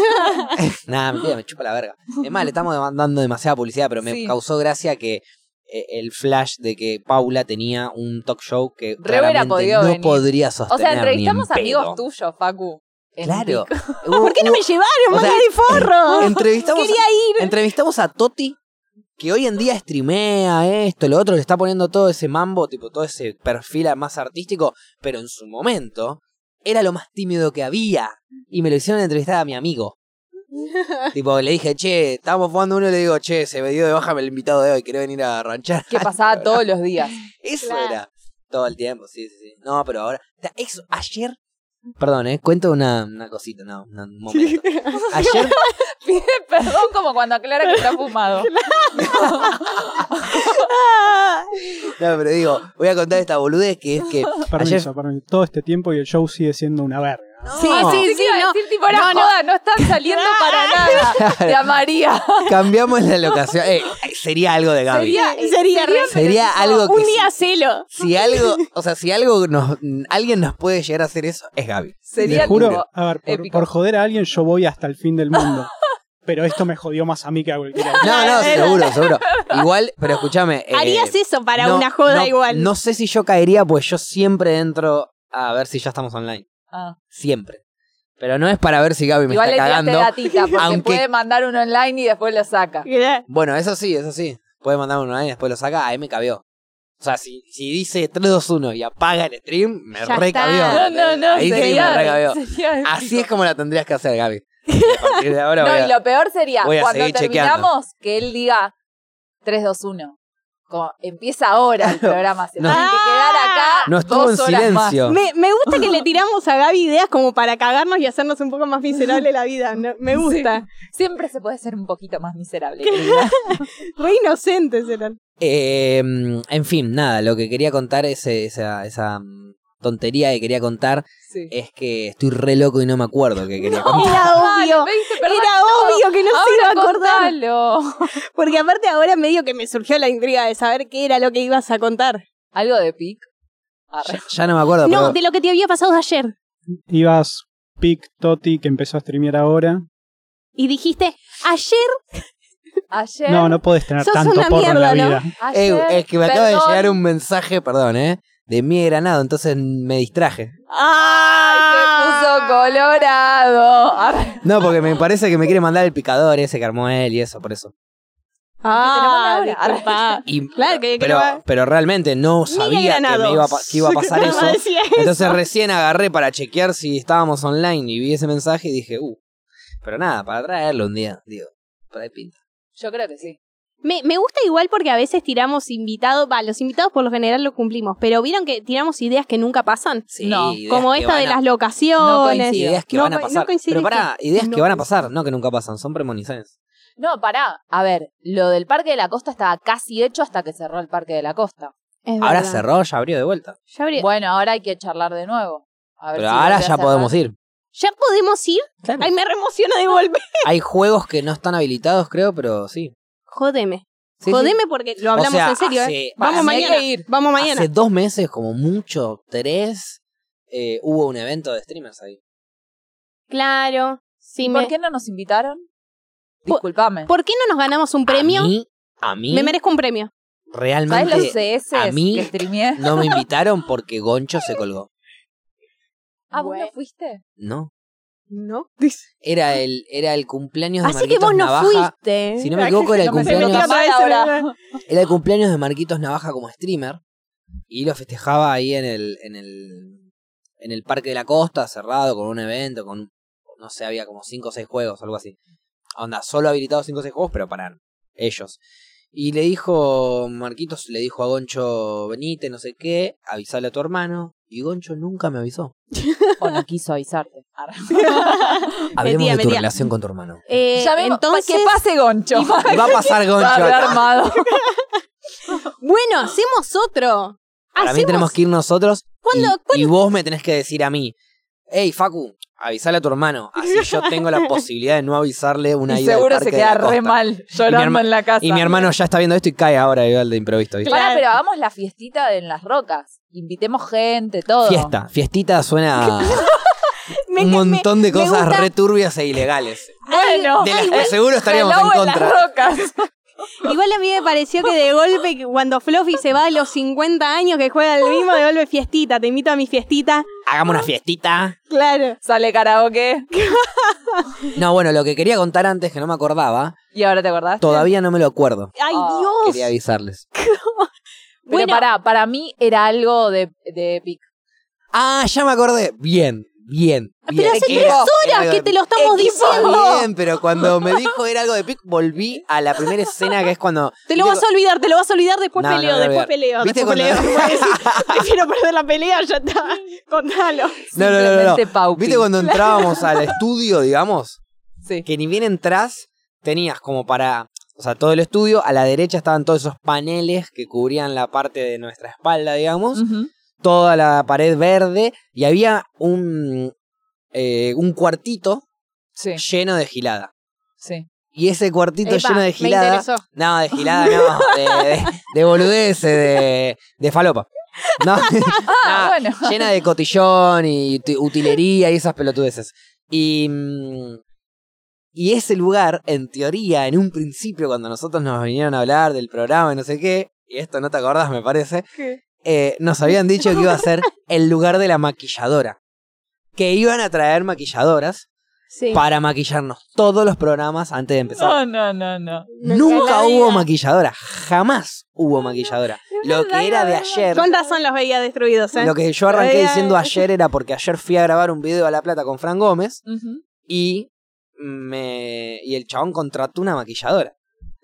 Nada, mentira, me chupa la verga. Es más, le estamos dando demasiada publicidad, pero me
Sí.
causó gracia que eh, el flash de que Paula tenía un talk show que
Re hubiera
claramente
podido
no
venir.
podría sostener.
O sea,
ni en
entrevistamos
pedo.
amigos tuyos, Facu. En
Claro.
Pic.
Hubo-
¿Por qué no me llevaron?
Oh. O sea, em-
Manga de forro.
entrevistamos,
Quería ir.
entrevistamos a Toti, que hoy en día streamea esto, lo otro, le está poniendo todo ese mambo, tipo todo ese perfil más artístico, pero en su momento era lo más tímido que había. Y me lo hicieron entrevistar a mi amigo. tipo, le dije, che, estábamos jugando uno y le digo, che, se me dio de baja el invitado de hoy, quiero venir a ranchar.
Que pasaba todos los días.
Eso
Claro.
era. Todo el tiempo, sí, sí, sí. No, pero ahora. o sea, eso, ayer. Perdón, ¿eh? Cuento una, una cosita, no, no, un momento. Ayer
Pide perdón como cuando aclara que está fumado.
No, pero digo, voy a contar esta boludez que es que.
Permiso, permiso. Todo este tiempo y el show sigue siendo una verga.
Sí,
Ah,
sí,
sí,
sí,
iba a
no.
decir, tipo, era
No, no.
joda, no están saliendo para nada. Te amaría.
Cambiamos la locación. Eh, sería algo de Gaby.
Sería, eh,
Sería-
sería,
sería
Sería algo que.
Un
si-
día celo.
Si algo, o sea, si algo nos, alguien nos puede llegar a hacer eso, es Gaby.
Sería
Te juro,
tipo,
a ver, por,
épico.
por joder a alguien yo voy hasta el fin del mundo. pero esto me jodió más a mí que a cualquiera.
No, no, seguro, seguro. Igual, pero escúchame. eh,
Harías eso para
no,
una joda
no,
igual.
No sé si yo caería, pues yo siempre entro a ver si ya estamos online.
Ah.
Siempre. Pero no es para ver si Gaby me
Igual le
está
tiraste
cagando.
gatita, porque
aunque-
puede mandar uno online y después lo saca.
Mirá.
Bueno, eso sí, eso sí. Puede mandar uno ahí y después lo saca, ahí me cabió. O sea, si, si dice 321 y apaga el stream, me
Ya
recabió.
está.
No, no, no,
Ahí sí
sería,
me recabió.
sería épico.
Así es como la tendrías que hacer, Gaby. A partir de ahora voy
No,
a-
y lo peor sería
voy a
cuando
seguir chequeando.
terminamos que él diga 3, 2, 1. Como, empieza ahora el programa. Se
No.
tienen que quedar acá.
No estuvo
dos
en
horas más.
silencio.
Me, me gusta que le tiramos a Gaby ideas como para cagarnos y hacernos un poco más miserable la vida. ¿no? Me gusta.
Siempre se puede ser un poquito más miserable.
Re inocentes eran.
Eh, en fin, nada, lo que quería contar, es, eh, esa, esa mm, tontería que quería contar,
Sí.
es que estoy re loco y no me acuerdo que quería contar.
Era obvio.
Dale, me dice, perdón,
Era
no.
obvio que no se iba a
Ahora
acordar.
contalo.
Porque aparte ahora medio que me surgió la intriga de saber qué era lo que ibas a contar.
Algo de pic.
Ya, ya no me acuerdo,
No,
pero
de lo que te había pasado ayer.
Ibas Pic Toti, que empezó a streamear ahora.
Y dijiste, ayer
Ayer.
No, no podés tener
Sos
tanto
una
porro en la
mierda, ¿no?
vida.
Eh,
ayer,
es que me acaba de
perdón.
llegar un mensaje, perdón, ¿eh? De mi granado, entonces me distraje.
¡Ah!
puso colorado. Arre.
No, porque me parece que me quiere mandar el picador ese que armó él y eso, por eso.
¡Ah!
¿Por qué te lo mandan ahora?
disculpa.
Y-
Claro que
pero, pero realmente no sabía que,
Granados.
me iba a pa- que iba a pasar
Nada
eso.
más decía eso.
Entonces recién agarré para chequear si estábamos online y vi ese mensaje y dije, uh. Pero nada, para traerlo un día, digo. Por ahí pinta.
Yo creo que sí.
Me, me gusta igual porque a veces tiramos invitados, va, los invitados por lo general lo cumplimos, pero vieron que tiramos ideas que nunca pasan,
Sí,
No,
ideas
como
que
esta
van
de
a-
las locaciones.
coincido.
Ideas que
No
van a
co- no
pasar.
coincide
pero
con-
pará, ideas
no
que van a pasar, no que nunca pasan, son premoniciones.
No, pará. A ver, lo del Parque de la Costa estaba casi hecho hasta que cerró el Parque de la Costa.
Es
Ahora
verdad.
cerró, ya abrió de vuelta.
Ya, abrí-
Bueno, ahora hay que charlar de nuevo. A ver
Pero
si
ahora
volvés a
ya podemos ir.
¿Ya podemos ir.
Claro.
Ay, me re emociona de volver.
Hay juegos que no están habilitados, creo, pero sí.
Jodeme.
Sí, sí.
Jodeme porque lo hablamos
O sea,
en serio.
hace-
¿eh?
para
Vamos
mí
mañana.
que ir.
Vamos mañana.
Hace dos meses, como mucho, tres, eh, hubo un evento de streamers ahí.
Claro. Sí,
¿Por
me-
qué no nos invitaron?
Por-
Disculpame.
¿Por qué no nos ganamos un premio?
A mí, a mí
Me merezco un premio.
realmente
¿Sabes los CS
a mí-
que streameé?
no me invitaron porque Goncho se colgó.
Ah, ¿vos no
Bueno.
fuiste?
No.
No.
Era el, era el cumpleaños de
Así que
Marquitos
vos no
Navaja.
fuiste.
Si no me equivoco, era el
No me
cumpleaños,
equivoco.
era el cumpleaños de Marquitos Navaja como streamer. Y lo festejaba ahí en el, en el, en el Parque de la Costa, cerrado, con un evento, con, no sé, había como 5 o 6 juegos, algo así. Onda, solo habilitados 5 o 6 juegos, pero para ellos. Y le dijo, Marquitos le dijo a Goncho, venite, no sé qué, avisale a tu hermano. Y Goncho nunca me avisó.
O no quiso avisarte. Arre.
Hablemos
Mentira,
de tu
mentira.
relación con tu hermano.
Eh,
Llamemos-
entonces,
Que pase Goncho.
Va a pasar Goncho.
Está
acá.
armado.
bueno, hacemos otro.
Para mí
Hacemos-
tenemos que ir nosotros. y-
¿Cuándo-
Y, vos me tenés que decir a mí, hey Facu, avisale a tu hermano. Así yo tengo la posibilidad de no avisarle una
Y
ida al
seguro
Parque
se
de la
queda re
Costa.
mal
Y mi
llorando
herma-
en la casa.
Y mi hermano ya está viendo esto y cae ahora igual de improviso. ¿viste?
Pará,
Claro.
pero hagamos la fiestita de en las rocas. Invitemos gente, todo.
Fiesta, fiestita suena a
Me-
un
me-
montón de
me
cosas
gusta- Oh,
re turbias e ilegales.
Bueno,
De las que seguro estaríamos en
hello en
contra.
las rocas.
Igual a mí me pareció que de golpe, que cuando Fluffy se va a los 50 años que juega el mismo, de golpe fiestita. Te invito a mi fiestita.
Hagamos una fiestita.
Claro.
Sale karaoke.
No, bueno, lo que quería contar antes, que no me acordaba,
¿Y ahora te acordás?
todavía no me lo acuerdo.
¡Ay,
Ah,
Dios!
Quería avisarles.
Pero
Bueno.
pará, para mí era algo de, de Epic.
Ah, ya me acordé. Bien, bien. bien.
Pero hace
Era-
tres
era
horas
algo
que
de-
te lo estamos
Equipo.
diciendo.
Bien, pero cuando me dijo era algo de Pic, volví a la primera escena que es cuando.
Te lo
¿viste
vas a olvidar, te lo vas a olvidar, después
No, no
peleo,
lo voy a
después
olvidar.
peleo,
¿Viste
después peleo.
cuando-
Después decís, Prefiero perder la pelea, ya está. Contalo.
No, no, no, no, no.
Simplemente Paupi.
¿Viste cuando entrábamos al estudio, digamos?
Sí.
Que ni bien entras, tenías como para. O sea, todo el estudio, a la derecha estaban todos esos paneles que cubrían la parte de nuestra espalda, digamos.
Ujú.
Toda la pared verde. Y había un. eh, un cuartito
Sí,
lleno de gilada.
sí.
Y ese cuartito
Epa,
lleno
me
de gilada.
interesó.
No, de gilada no, de, de, de boludeces, de, de falopa. No,
Ah,
no,
bueno.
llena de cotillón y uti- utilería y esas pelotudeces. Y, mm, y ese lugar, en teoría, en un principio, cuando nosotros nos vinieron a hablar del programa y no sé qué, y esto no te acordás, me parece,
¿Qué?
eh, nos habían dicho que iba a ser el lugar de la maquilladora. Que iban a traer maquilladoras
Sí.
para maquillarnos todos los programas antes de empezar.
No, no, no, no.
Nunca
la
hubo
vida.
maquilladora, jamás hubo maquilladora. Lo que era de ayer,
Con razón los veía destruidos, ¿eh?
lo que yo arranqué
Todavía-
diciendo ayer era porque ayer fui a grabar un video a La Plata con Fran Gómez
Ujú.
y me y el chabón contrató una maquilladora.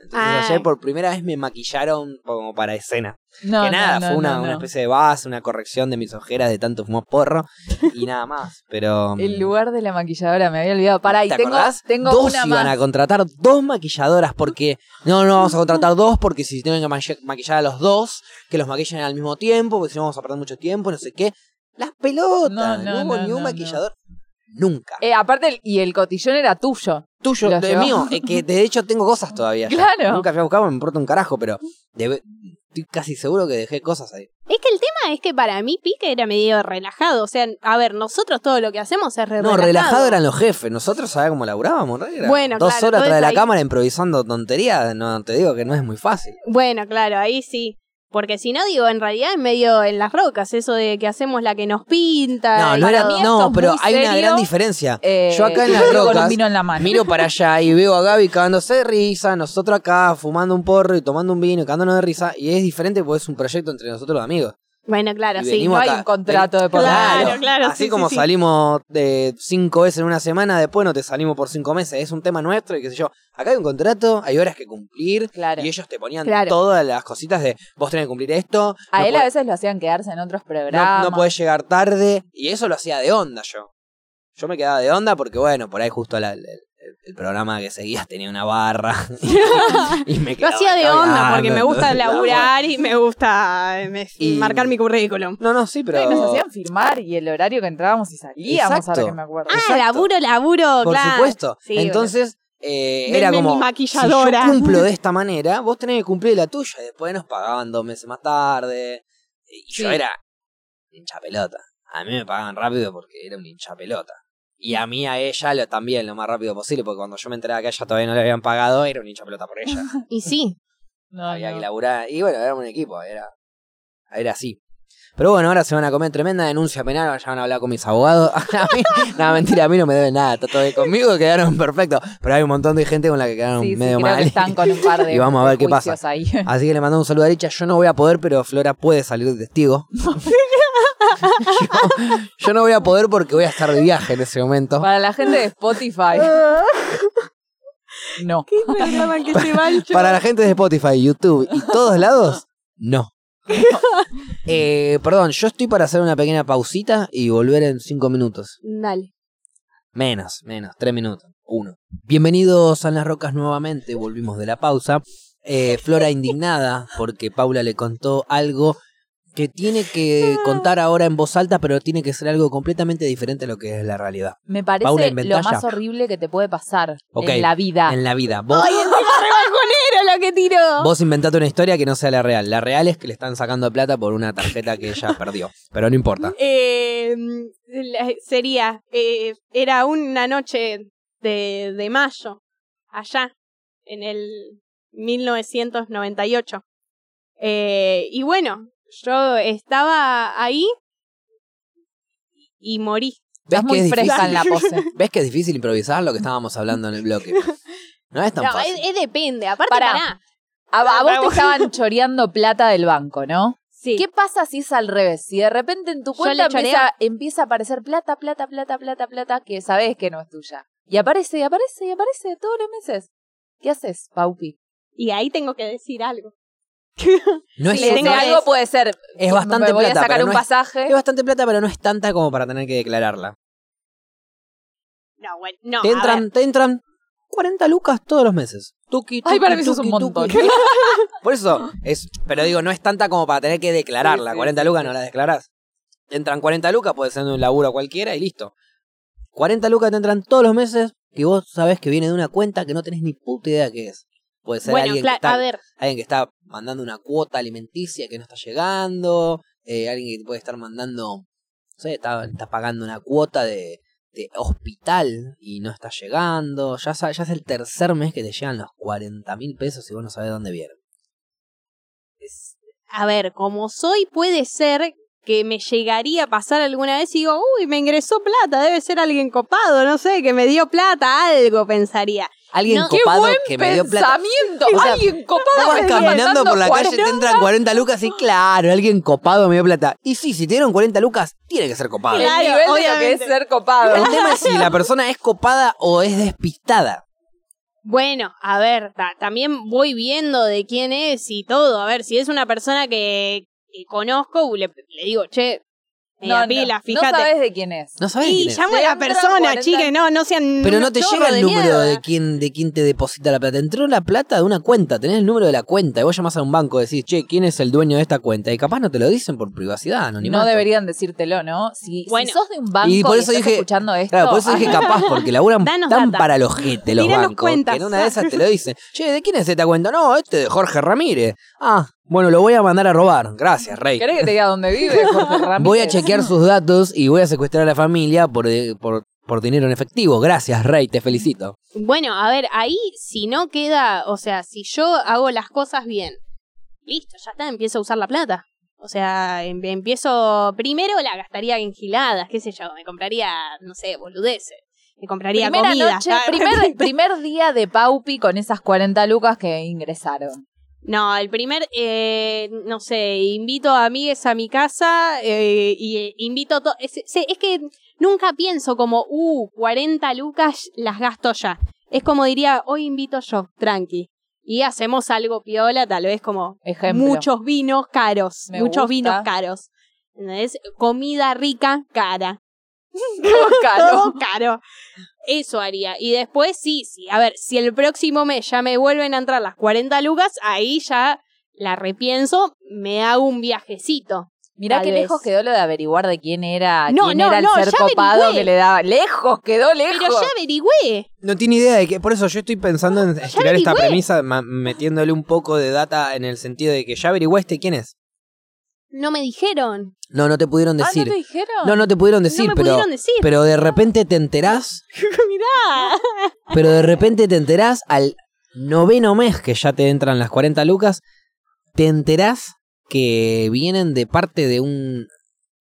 Entonces
Ah.
ayer por primera vez me maquillaron como para escena.
No,
que
no,
nada,
no,
fue una,
no,
una
no.
especie de base, una corrección de mis ojeras de tanto fumar porro y nada más. Pero mm,
El lugar de la maquilladora, me había olvidado. Pará, y
¿Te
tengo,
acordás?
tengo
dos
una
iban
más.
a contratar dos maquilladoras porque no, no vamos a contratar dos porque si tienen que maqui- maquillar a los dos, que los maquillen al mismo tiempo, porque si no vamos a perder mucho tiempo, no sé qué. Las pelotas,
No,
no,
no,
hubo
no,
ni un
no,
maquillador. Nunca.
Eh, aparte, el- y el cotillón era tuyo.
Tuyo,
lo
de
llevó.
mío, eh, que de hecho tengo cosas todavía. ya.
Claro.
Nunca fui a buscar, me importa un carajo, pero debe- estoy casi seguro que dejé cosas ahí.
Es que el tema es que para mí Pique era medio relajado. O sea, a ver, nosotros todo lo que hacemos es re
No, relajado. eran los jefes. Nosotros sabíamos cómo laburábamos, ¿no? Era
Bueno,
Dos
claro,
horas
todo
atrás de
es
la
ahí.
cámara improvisando tonterías. No, te digo que no es muy fácil.
Bueno, claro, ahí sí. Porque si no, digo, en realidad es medio en las rocas, eso de que hacemos la que nos pinta.
No,
y
no, era,
para-
mí esto
no
es
pero
muy
hay una
serio.
gran diferencia.
Eh,
Yo acá en
y
las
con un
rocas
vino en la mano.
Miro para allá y veo a Gaby cagándose de risa, nosotros acá fumando un porro y tomando un vino y cagándonos de risa. Y es diferente porque es un proyecto entre nosotros los amigos.
Bueno, claro,
Y
sí.
venimos
no hay
acá.
un contrato de por
Claro,
medio.
claro,
Así
sí,
como
sí, sí.
salimos de cinco veces en una semana, después no te salimos por cinco meses. Es un tema nuestro y qué sé yo. Acá hay un contrato, hay horas que cumplir.
Claro.
Y ellos te ponían
Claro.
todas las cositas de vos tenés que cumplir esto.
A
no
él
podés-
a veces lo hacían quedarse en otros
no,
programas.
no podés llegar tarde. Y eso lo hacía de onda yo. Yo me quedaba de onda porque, bueno, por ahí justo la- el, el- el programa que seguías tenía una barra. y me
Lo
quedaba
hacía de
caminando,
onda porque me gusta
entonces,
laburar y me gusta eh, me-
Y-
marcar mi currículum.
No, no, sí, pero.
Y nos hacían firmar y el horario que entrábamos y salíamos, ahora
Exacto.
que me acuerdo.
Ah,
Exacto.
laburo, laburo,
Por
claro.
supuesto.
Sí,
Entonces, eh,
Denme
era
mi
como.
maquilladora.
Si yo cumplo de esta manera, vos tenés que cumplir la tuya. Y después nos pagaban dos meses más tarde. Y yo
Sí.
era hincha pelota. A mí me pagaban rápido porque era un hincha pelota. Y a mí, a ella, lo, también lo más rápido posible, porque cuando yo me enteraba que a ella todavía no le habían pagado, era un hincha pelota por ella.
Y sí.
No,
Había
no.
que laburar. Y bueno, era un equipo, era, era así. Pero bueno, ahora se van a comer tremenda denuncia penal, ahora ya van a hablar con mis abogados. A mí- no, mentira, a mí no me deben nada, está todo bien conmigo, quedaron perfectos. Pero hay un montón de gente con la que quedaron
Sí, sí,
medio
creo
mal.
que están con un par de
Y vamos a ver qué
juicios ahí.
Así que le mando un saludo a Richa. Yo no voy a poder, pero Flora puede salir de testigo. yo, yo no voy a poder porque voy a estar de viaje en ese momento.
Para la gente de Spotify, no.
Qué programa que se va el show.
Para la gente de Spotify, YouTube y todos lados, no. Eh, perdón, yo estoy para hacer una pequeña pausita y volver en cinco minutos.
Dale.
Menos, menos, tres minutos, uno. Bienvenidos a Las Rocas nuevamente, volvimos de la pausa. Eh, Flora indignada porque Paula le contó algo que tiene que contar ahora en voz alta, pero tiene que ser algo completamente diferente a lo que es la realidad.
Me parece
Paula, inventá
lo más
ya.
horrible que te puede pasar
Ok,
en la vida.
En la vida, vos,
Era lo que tiró.
Vos inventate una historia que no sea la real. La real es que le están sacando plata por una tarjeta que ella perdió. Pero no importa.
Eh, la- sería, eh, era una noche de, de mayo, allá, en el 1998. Eh, y bueno, yo estaba ahí y morí.
¿Ves
Estás
que,
muy
es difícil,
fresca en la pose.
¿Ves que es difícil improvisar lo que estábamos hablando en el bloque? No es tan
No,
fácil.
es, es depende, aparte
Pará.
pará.
A, a vos te
Vamos.
estaban choreando plata del banco, ¿no?
Sí.
¿Qué pasa si es al revés? Si de repente en tu
Yo
cuenta
le choreo.
empieza, empieza a aparecer plata, plata, plata, plata, plata, que sabés que no es tuya. Y aparece, y aparece, y aparece todos los meses. ¿Qué haces, Paupi?
Y ahí tengo que decir algo.
No es,
sí,
Le-
tengo
de
que-
algo puede ser.
es bastante
me voy
plata.
a sacar
pero
un
no es,
pasaje.
es bastante plata, pero no es tanta como para tener que declararla.
No, bueno, no.
Te
a ver.
entran, te entran 40 lucas todos los meses. Tuki,
Ay,
tuki,
para mí eso es
tuki,
un montón.
tuki, tuki. Por eso, es, pero digo, no es tanta como para tener que declararla.
Sí, sí,
40
sí,
lucas
sí.
no la declarás. Te entran 40 lucas, puede ser de un laburo cualquiera y listo. 40 lucas te entran todos los meses que vos sabés que viene de una cuenta que no tenés ni puta idea qué es. Puede ser
Bueno,
alguien,
cla-
que está,
a ver,
alguien que está mandando una cuota alimenticia que no está llegando, eh, alguien que te puede estar mandando, no sé, está, está pagando una cuota de, de hospital y no está llegando. Ya, sa- ya es el tercer mes que te llegan los 40 mil pesos y vos no sabés dónde vienen.
a ver, como soy, puede ser que me llegaría a pasar alguna vez y digo, uy, me ingresó plata, debe ser alguien copado, no sé, que me dio plata, algo pensaría.
Alguien
No. ¡Qué
copado que me dio plata.
Pensamiento.
O sea,
Alguien copado.
Estabas
me está
caminando
mandando
por la calle, te
40.
entran 40 lucas y claro, alguien copado me dio plata. Y sí, si te dieron 40 lucas, tiene que ser copado.
El
El
Claro,
nivel de lo que es
obviamente.
ser copado.
tema es si la persona es copada o es despistada.
Bueno, a ver, ta- también voy viendo de quién es y todo, a ver, si es una persona que, que conozco, uh, le, le digo, che, media pila, fíjate.
No sabes de quién es.
No sabes
y
quién es.
llamo a
Le
la
entran
persona,
40.
chique, no, no sean
Pero no
unos
te
chorros
llega el número
mierda.
de quién, de quién te deposita la plata. Entró la plata de una cuenta, tenés el número de la cuenta. Y vos llamás a un banco y decís, che, ¿quién es el dueño de esta cuenta? Y capaz no te lo dicen por privacidad, anonimato.
No deberían decírtelo, ¿no? Si, si
Bueno.
sos de un banco
Y
y
por eso
estás
dije-
escuchando esto.
Claro, por eso dije capaz, porque laburan
Danos
tan
data.
para los gente los
Tiranos
bancos
cuentas.
que en una de esas te lo dicen. Che, ¿de quién es esta cuenta? No, este de Jorge Ramírez. Ah, bueno, lo voy a mandar a robar. Gracias, Rey.
¿Querés que te diga dónde vive Jorge Ramírez?
Voy a chequear sus datos y voy a secuestrar a la familia por, eh, por, por dinero en efectivo. Gracias, Rey, te felicito.
Bueno, a ver, ahí si no queda, o sea, si yo hago las cosas bien, listo, ya está, empiezo a usar la plata. O sea, em- empiezo. Primero la gastaría en giladas, qué sé yo. Me compraría, no sé, boludeces. Me compraría
Primera
comida.
noche,
Ah,
primer, primer día de Paupi con esas 40 lucas que ingresaron.
No, el primer, eh, no sé, invito a amigues a mi casa eh, y eh, invito a to- Es, se- es que nunca pienso como, uh, 40 lucas las gasto ya. Es como diría, hoy invito yo, tranqui. Y hacemos algo piola, tal vez como
Ejemplo.
muchos vinos caros.
Me
muchos
gusta.
vinos caros. ¿Entendés? Comida rica, cara.
caro.
Todo caro. Eso haría. Y después, sí, sí. A ver, si el próximo mes ya me vuelven a entrar las 40 lucas, ahí ya la repienso, me hago un viajecito.
Mirá
Tal
qué
vez.
lejos quedó lo de averiguar de quién era,
No,
quién
no,
era el
no,
ser
ya
copado
averigüé.
que le daba. Lejos, quedó lejos.
Pero ya averigüé.
No tiene idea de que. Por eso yo estoy pensando en estirar esta
averigüé.
premisa ma- metiéndole un poco de data en el sentido de que ya averiguaste quién es.
No me dijeron.
No, no te pudieron decir.
Ah, ¿no te dijeron?
no, no te pudieron decir,
no me
pero.
pudieron decir. Ah.
Pero de repente te enterás.
Mirá.
Pero de repente te enterás al noveno mes que ya te entran las 40 lucas. Te enterás que vienen de parte de un.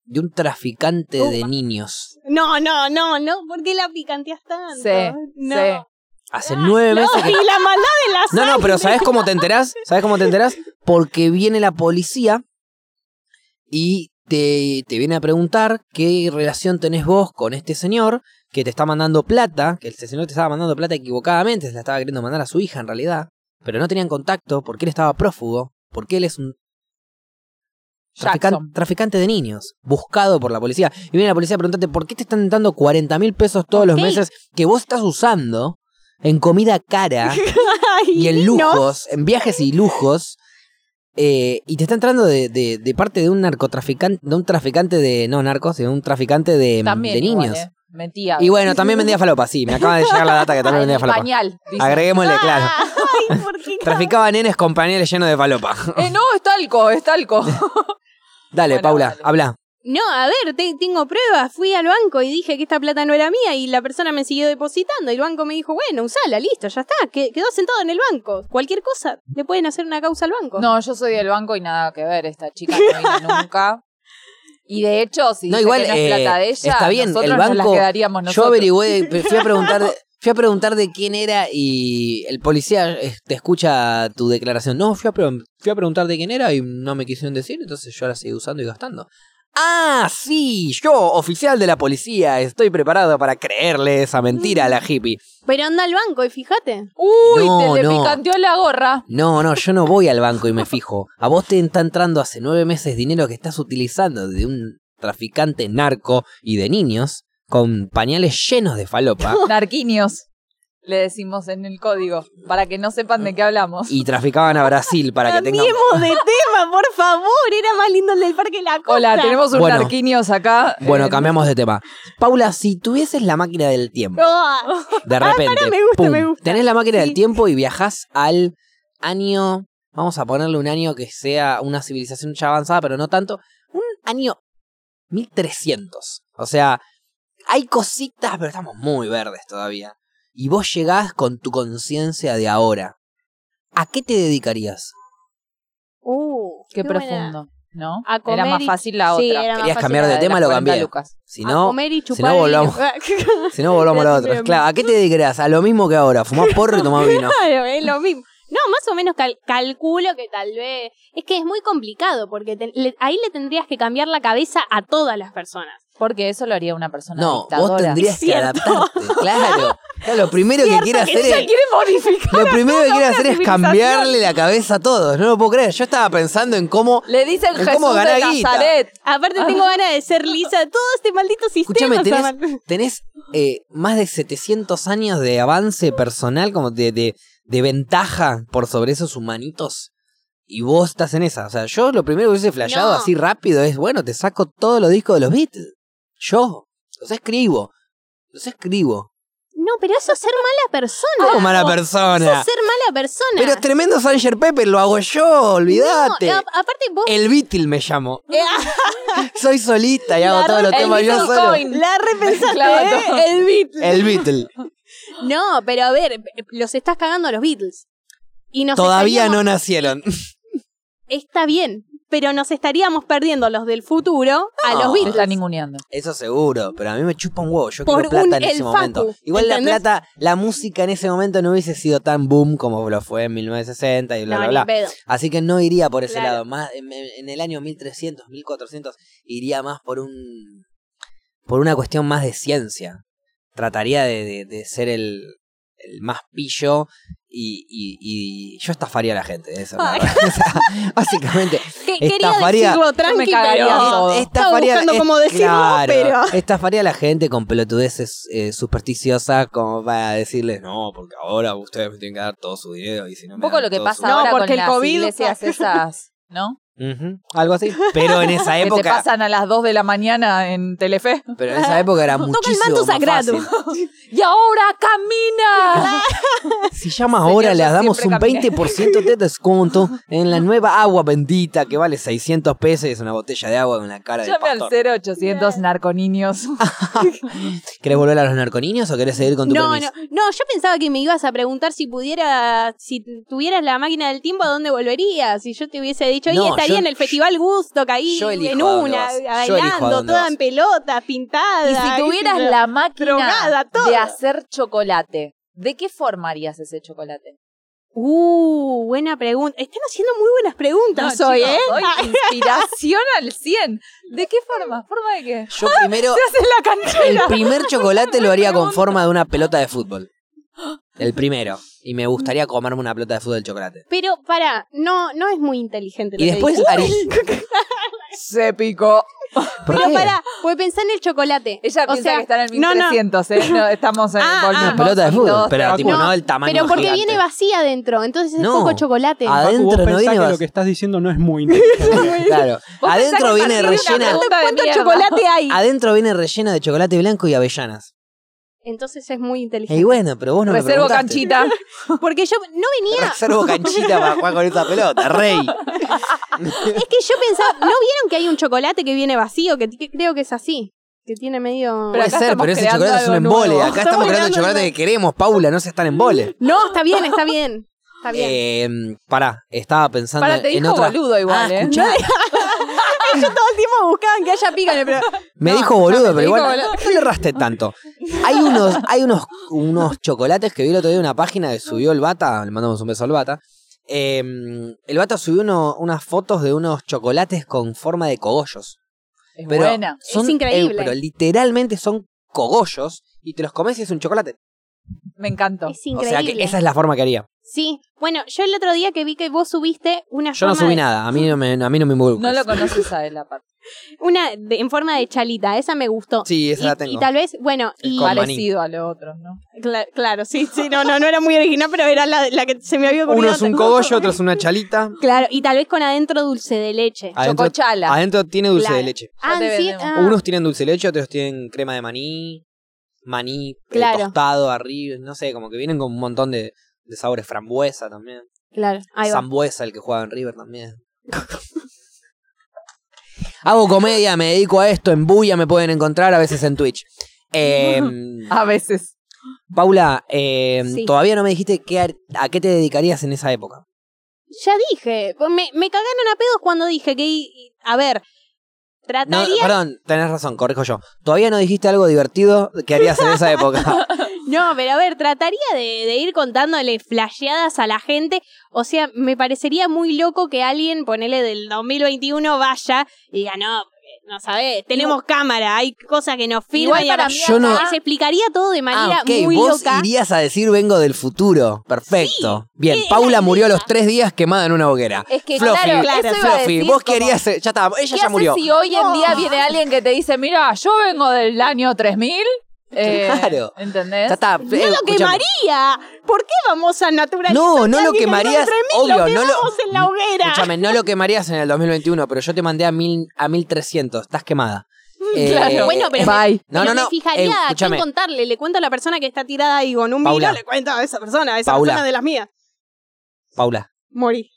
de un traficante de niños.
No, no, no, no. ¿Por qué la picanteas tanto?
Sí,
no.
sí.
Hace nueve
No,
meses que.
y la maldad de la
No,
sangre.
no, pero ¿sabes cómo te enterás? ¿Sabes cómo te enterás? Porque viene la policía y te, te viene a preguntar qué relación tenés vos con este señor que te está mandando plata, que este señor te estaba mandando plata equivocadamente, se la estaba queriendo mandar a su hija en realidad, pero no tenían contacto porque él estaba prófugo, porque él es un trafican-
Jackson.
traficante de niños, buscado por la policía. Y viene la policía a preguntarte por qué te están dando 40 mil pesos todos los
Ok.
meses que vos estás usando en comida cara
Ay,
y en
no.
lujos, en viajes y lujos. eh, y te está entrando de, de- de parte de un narcotraficante, de un traficante de, no narcos, de un traficante de,
También
de
igual,
niños.
eh. Mentía.
Y bueno, también vendía falopa, sí, me acaba de llegar la data que
Ah,
también vendía
el
falopa.
pañal. dice. Ah.
Agreguémosle, claro.
Ay, ¿por qué?
Traficaba nenes con pañales llenos de falopa.
Eh, no, es talco, es talco.
Dale,
Bueno,
Paula,
dale.
habla.
No, a ver, te- tengo pruebas. Fui al banco y dije que esta plata no era mía y la persona me siguió depositando. Y el banco me dijo, bueno, usala, listo, ya está. que- quedó sentado en el banco. Cualquier cosa, le pueden hacer una causa al banco.
No, yo soy del banco y nada que ver, esta chica no vino nunca. Y de hecho, si
No,
dice
igual,
que no
eh,
es plata de ella,
está bien,
nosotros
el
nos las
banco-
quedaríamos
Yo
nosotros.
averigüé, pe- fui a preguntar, de- fui a preguntar de quién era y el policía eh, te escucha tu declaración. No, fui a, pre- fui a preguntar de quién era y no me quisieron decir, entonces yo la seguí usando y gastando. Ah, sí, yo, oficial de la policía, estoy preparado para creerle esa mentira a la hippie.
Pero anda al banco y fíjate.
Uy,
No,
te le
no.
picanteó la gorra.
No, no, yo no voy al banco y me fijo. A vos te está entrando hace nueve meses dinero que estás utilizando de un traficante narco y de niños con pañales llenos de falopa.
Narquinios, le decimos en el código, para que no sepan de qué hablamos.
y traficaban a Brasil para que tengan.
Cambiemos de tema, por favor. Era más lindo el del Parque de la Costa.
Hola, tenemos un
Bueno.
Narquinios acá.
Bueno,
eh,
cambiamos de tema. Paula, si tuvieses la máquina del tiempo,
No,
de repente,
Ah, me gusta,
pum,
me gusta.
tenés la máquina del
Sí.
tiempo y viajás al año, vamos a ponerle un año que sea una civilización ya avanzada, pero no tanto, un año 1300. O sea, hay cositas, pero estamos muy verdes todavía. Y vos llegás con tu conciencia de ahora. ¿A qué te dedicarías?
Uh,
Qué
buena.
profundo, ¿no?
A comer
era más
y-
fácil la otra.
Sí, era más
¿Querías
fácil.
cambiar de
La
tema?
las
Lo
40
cambié.
lucas.
Si
a
no,
comer y
no,
chupar.
volvamos.
vino.
Si no, volvamos a lo otro.
Bien.
Claro, ¿a qué te dedicarás? A lo mismo que ahora, fumar porro y tomar vino.
Claro, es lo mismo. No, más o menos cal- calculo que tal vez. Es que es muy complicado porque te- le- ahí le tendrías que cambiar la cabeza a todas las personas.
Porque eso lo haría una persona
No,
dictadora.
vos tendrías
Es
que
cierto.
adaptarte. Claro. Claro, lo primero que quiere hacer es.
modificar.
Lo primero que quiere
una
hacer es
civilización.
cambiarle la cabeza a todos. No lo puedo creer. Yo estaba pensando en cómo.
Le dice el
¿Cómo
Jesús
ganar
de
guita?
Nazaret.
Aparte, tengo ganas de ser lisa. Todo este maldito sistema.
Ah. Escúchame,
está mal.
tenés, tenés eh, más de 700 años de avance personal, como de, de, de ventaja por sobre esos humanitos. Y vos estás en esa. O sea, yo lo primero que hubiese flasheado
No.
así rápido es, bueno, te saco todos los discos de los Beatles. Yo. Los escribo. Los escribo.
No, pero eso es ser mala persona.
No, mala
Eso
persona.
es ser mala persona.
Pero es tremendo Sanger Pepper, lo Eh, hago yo, olvídate.
No, a- aparte, vos.
El Beatle me llamo.
Eh,
Soy solista y hago
La
todos los
re- el
temas yo
Beatle
solo.
Coin.
la repensaste,
Claro,
¿eh?
no.
El Beatles.
El Beatle.
No, pero a ver, los estás cagando a los Beatles. Y nos
Todavía
estaríamos-
no nacieron.
está bien, pero nos estaríamos perdiendo los del futuro
No,
a los
Te
Beatles.
está ninguneando.
Eso seguro, pero a mí me chupa un huevo. Yo
Por
quiero plata
un
en ese
El Facu,
momento. Igual
¿entendés?
la plata, la música en ese momento no hubiese sido tan boom como lo fue en 1960 y bla,
No, ni
bla,
en
bla.
pedo.
Así que no iría por ese
Claro.
lado. Más, en, en- en el año 1300, 1400, iría más por un. por una cuestión más de ciencia. Trataría de, de- de ser el, el más pillo y, y- y yo estafaría a la gente. Eso, es la
Ay.
verdad. O sea, básicamente.
Que- quería
Estafaría.
decirlo tranqui,
Yo me cagaría
pero
todo.
estaba buscando
es-
cómo decirlo,
claro,
pero...
estafaría a la gente con pelotudeces eh, supersticiosas como para decirles, no, porque ahora ustedes me tienen que dar todo su dinero y si no
Un
me
poco
dan
lo que
todo
pasa
No,
ahora con
porque el
las
COVID-
iglesias esas, ¿no?
su-". Ujú, Algo así. Pero en esa
Que te
época,
pasan a las 2 de la mañana en Telefe.
pero en esa época era muchísimo
Toca el manto
más
sagrado.
fácil.
¡Y ahora camina!
Si llamas
Señor,
ahora,
yo
le damos un
siempre caminé.
20% de descuento en la nueva agua bendita que vale 600 pesos y es una botella de agua con la cara de
Llame al
pastor.
0800 narconiños.
¿Querés volver a los narconiños o querés seguir con tu
No,
premisa?
no, no, yo pensaba que me ibas a preguntar si pudiera, si tuvieras la máquina del tiempo, ¿a dónde volverías? Si yo te hubiese dicho,
No,
y estaría
yo-
en el Festival Gusto, caí
yo elijo
en
a dónde
una,
vas. Yo elijo a
bailando,
dónde
toda
vas.
en pelota, pintada.
Y si
qué
tuvieras
sé yo.
la máquina
drogada, todo.
de hacer chocolate, ¿de qué forma harías ese chocolate?
Uh, buena pregunta. Están haciendo muy buenas preguntas
No,
hoy,
chicos,
¿eh?
hoy inspiración al 100. ¿De qué forma? ¿Forma de qué?
Yo primero,
Te haces la
El
canchera.
primer chocolate lo haría con forma de una pelota de fútbol. El primero. Y me gustaría comerme una pelota de fútbol de chocolate.
Pero para, no, no es muy inteligente. lo
Y
que
después
dices.
haría.
Se picó.
¿Por
Pero
qué?
para, pues pensar en el chocolate.
Ella
o
piensa
sea,
que está en el
no, no.
1300, ¿eh? No, estamos en
Ah,
Una
ah.
pelota de fútbol. Pero
Facu.
tipo, no, el tamaño.
Pero porque
gigante.
viene vacía adentro, entonces es
No.
poco chocolate.
A-
Facu, vos
Adentro no
pensás
viene
que
vas-
lo que estás diciendo no es muy inteligente.
Claro. Adentro viene rellena.
¿Cuánto chocolate hay?
Adentro viene rellena de chocolate blanco y avellanas.
Entonces es muy inteligente.
Y bueno, pero vos no
Reservo
me preguntaste.
canchita.
Porque yo no venía,
Reservo canchita para jugar con esta pelota, rey.
es que yo pensaba, ¿no vieron que hay un chocolate que viene vacío? Que, que creo que es así, que tiene medio...
Puede
Pero acá
ser,
estamos
pero ese
creando
chocolate es un
algo nuevo.
embole. Acá estamos
Estamos
creando el
creando
chocolate
algo-
que queremos, Paula, no se
Mm,
están en embole.
No, está bien, está bien, está bien.
Eh, pará, estaba pensando
Para, te
en
dijo
otra.
boludo igual,
Ah,
¿eh?
escuchá,
Yo todo el tiempo buscaban que haya pica en el programa.
Me
No,
dijo boludo,
no, me
pero
dijo
igual
boludo.
no le erraste tanto. Hay unos, hay unos, unos chocolates que vi el otro día en una página que subió el Bata, le mandamos un beso al Bata. Eh, el Bata subió uno- unas fotos de unos chocolates con forma de cogollos.
Es
Pero
buena.
son- eh,
Es increíble.
pero literalmente son cogollos y te los comes y es un chocolate.
Me encantó.
Es increíble.
O sea que esa es la forma que haría.
Sí, bueno, yo el otro día que vi que vos subiste una
Yo no
forma
subí
de-
nada, a mí no me, a mí no me involucres.
No lo conoces a él, la parte.
una de- en forma de chalita, esa me gustó.
Sí, esa
y,
la tengo.
y tal vez, bueno,
Es
y
Con maní.
Parecido a los otros, ¿no?
Cla- claro, sí, sí, no, no, no era muy original, pero era la, la que se me había ocurrido.
Uno es un cogollo, otro es una chalita.
Claro, y tal vez con adentro dulce de leche.
Adentro,
Chocochala.
adentro tiene dulce de
Claro.
leche.
Ah,
te
sí,
vendemos.
ah,
Unos tienen dulce de leche, otros tienen crema de maní, maní eh,
Claro.
tostado arriba, no sé, como que vienen con un montón de, de sabores frambuesa también.
claro, ahí va.
Zambuesa, el que juega en River también. Hago comedia, me dedico a esto, en Buya me pueden encontrar a veces en Twitch. Eh,
A veces.
Paula, eh,
Sí.
todavía no me dijiste qué ar- a qué te dedicarías en esa época.
Ya dije, pues me, me cagaron a pedos cuando dije que, i- i- a ver,
No,
trataría...
perdón, tenés razón, corrijo yo. Todavía no dijiste algo divertido que harías en esa época.
No, pero a ver, trataría de, de ir contándole flasheadas a la gente. O sea, me parecería muy loco que alguien, ponele del 2021, vaya y diga, no, porque, no sabés, tenemos cámara, hay cosas que nos filman.
Igual
y
para
aparte-
mí
Yo no-
Ah, Se explicaría todo de manera
ah, ok,
muy
vos
loca.
irías a decir vengo del futuro. Perfecto. Bien,
era
Paula
la
murió a
idea.
los tres días quemada en una hoguera.
Es que
Fluffy,
claro,
claro,
eso iba a
Fluffy,
decir,
vos
como,
querías. ser- Ya está,
¿Qué
ella ya
haces
murió.
si hoy en día
No.
viene alguien que te dice, mira, yo vengo del año 3000? Eh,
Claro.
¿Entendés?
Ya está.
No
eh,
lo
escúchame.
quemaría. ¿Por qué vamos a naturalizar?
No, no
que
lo
alguien
quemarías,
cayó entre mil?
obvio, no lo- Mm,
quemamos en la hoguera.
Escúchame, no lo quemarías en el 2021, pero yo te mandé a, mil, a 1300. Estás quemada. Eh,
Claro.
Bueno, pero
Bye.
No,
Pero
no, no.
Me fijaría
eh,
a quién
escúchame,
contarle. Le cuento a la persona que está tirada ahí con un
Paula.
vino, le cuento a esa persona, a esa
Paula.
persona de las mías.
Paula,
Morí.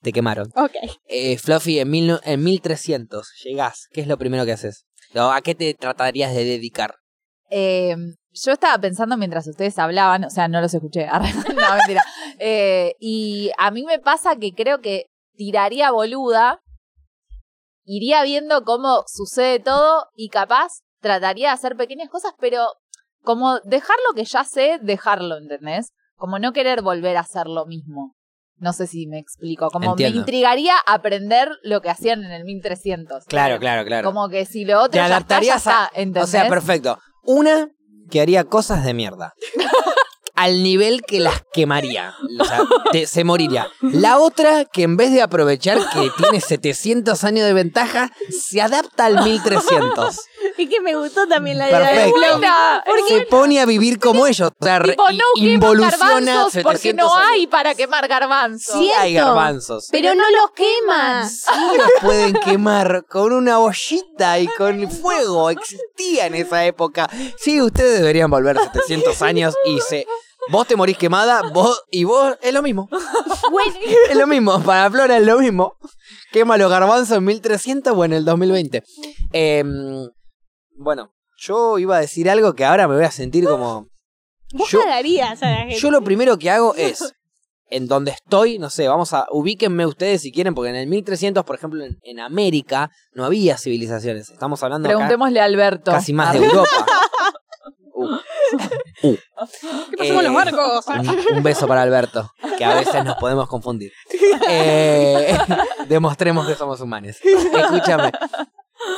te quemaron.
Ok.
Eh, Fluffy, en, mil no- en 1300 llegás. ¿Qué es lo primero que haces? No, ¿A qué te tratarías de dedicar?
Eh, yo estaba pensando mientras ustedes hablaban, o sea, no los escuché. no, mentira. Eh, y a mí me pasa que creo que tiraría boluda, iría viendo cómo sucede todo y capaz trataría de hacer pequeñas cosas, pero como dejar lo que ya sé, dejarlo, ¿entendés? Como no querer volver a hacer lo mismo. No sé si me explico. Como
Entiendo.
me intrigaría aprender lo que hacían en el 1300.
Claro, claro, claro.
Como que si lo otro
Te
ya está,
adaptarías
ya
a-
está, ¿entendés?
O sea, perfecto. Una que haría cosas de mierda. Al nivel que las quemaría. O sea, te- se moriría. La otra que en vez de aprovechar que tiene 700 años de ventaja, se adapta al 1300.
Y que me gustó también la idea de
Perfecto.
Fluffy.
Buena, es
Se pone a vivir como ellos. O sea,
tipo,
i-
no quemo
involuciona
garbanzos porque
700
no
años.
hay para quemar garbanzos.
Sí hay
Cierto.
garbanzos.
Pero no los quemas.
Sí los pueden quemar con una bollita y con fuego. Existía en esa época. Sí, ustedes deberían volver 700 años y se... Vos te morís quemada, vos y vos es lo mismo.
Bueno,
Es lo mismo, para Flora es lo mismo. Quema los garbanzos en 1300 o en el 2020. Em, bueno, yo iba a decir algo que ahora me voy a sentir como...
vos
Yo-
cagarías a la gente.
Yo lo primero que hago es, en donde estoy, no sé, vamos a, ubíquenme ustedes si quieren, porque en el 1300, por ejemplo, en, en América no había civilizaciones. Estamos hablando acá
Preguntémosle a Alberto.
casi más de
Ah,
Europa. Uh, uh.
¿Qué pasó con
Eh,
los barcos?
Un, un beso para Alberto, que a veces nos podemos confundir. Eh, demostremos que somos humanos. Escúchame.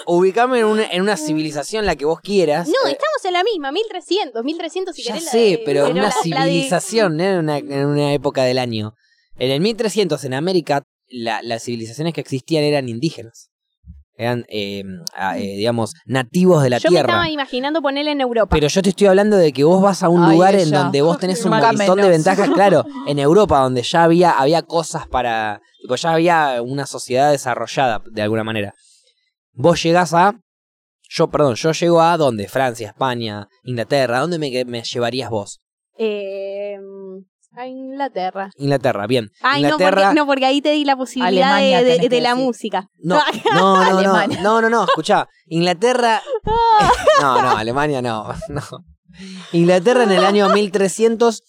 Ubicame en una, en una civilización la que vos quieras.
No,
Eh,
estamos en la misma, 1300, 1300 si
ya
querés. la
sé,
de-
pero en una
la- la de-
civilización, ¿eh? en, una, en una época del año. En el 1300, en América, la- las civilizaciones que existían eran indígenas. Eran, eh,
Mm.
ah, eh, digamos, nativos de la
Yo me
tierra.
estaba imaginando ponerle en Europa.
Pero yo te estoy hablando de que vos vas a un
Ay,
lugar en
ella.
donde vos tenés un
Nunca
montón de
menos.
ventajas, claro, en Europa, donde ya había, había cosas para. tipo, ya había una sociedad desarrollada, de alguna manera. Vos llegás a. Yo, perdón, yo llego a dónde? Francia, España, Inglaterra. ¿A dónde me, me llevarías vos?
Eh, a Inglaterra.
Inglaterra, bien.
Ay,
Inglaterra.
no porque, no, porque ahí te di la posibilidad
Alemania
de, de-
tenés que
de la
decir.
música.
No, no, no, no,
Alemania.
no, no, no, escuchá. Inglaterra. No, no, Alemania no, no. Inglaterra en el año 1300,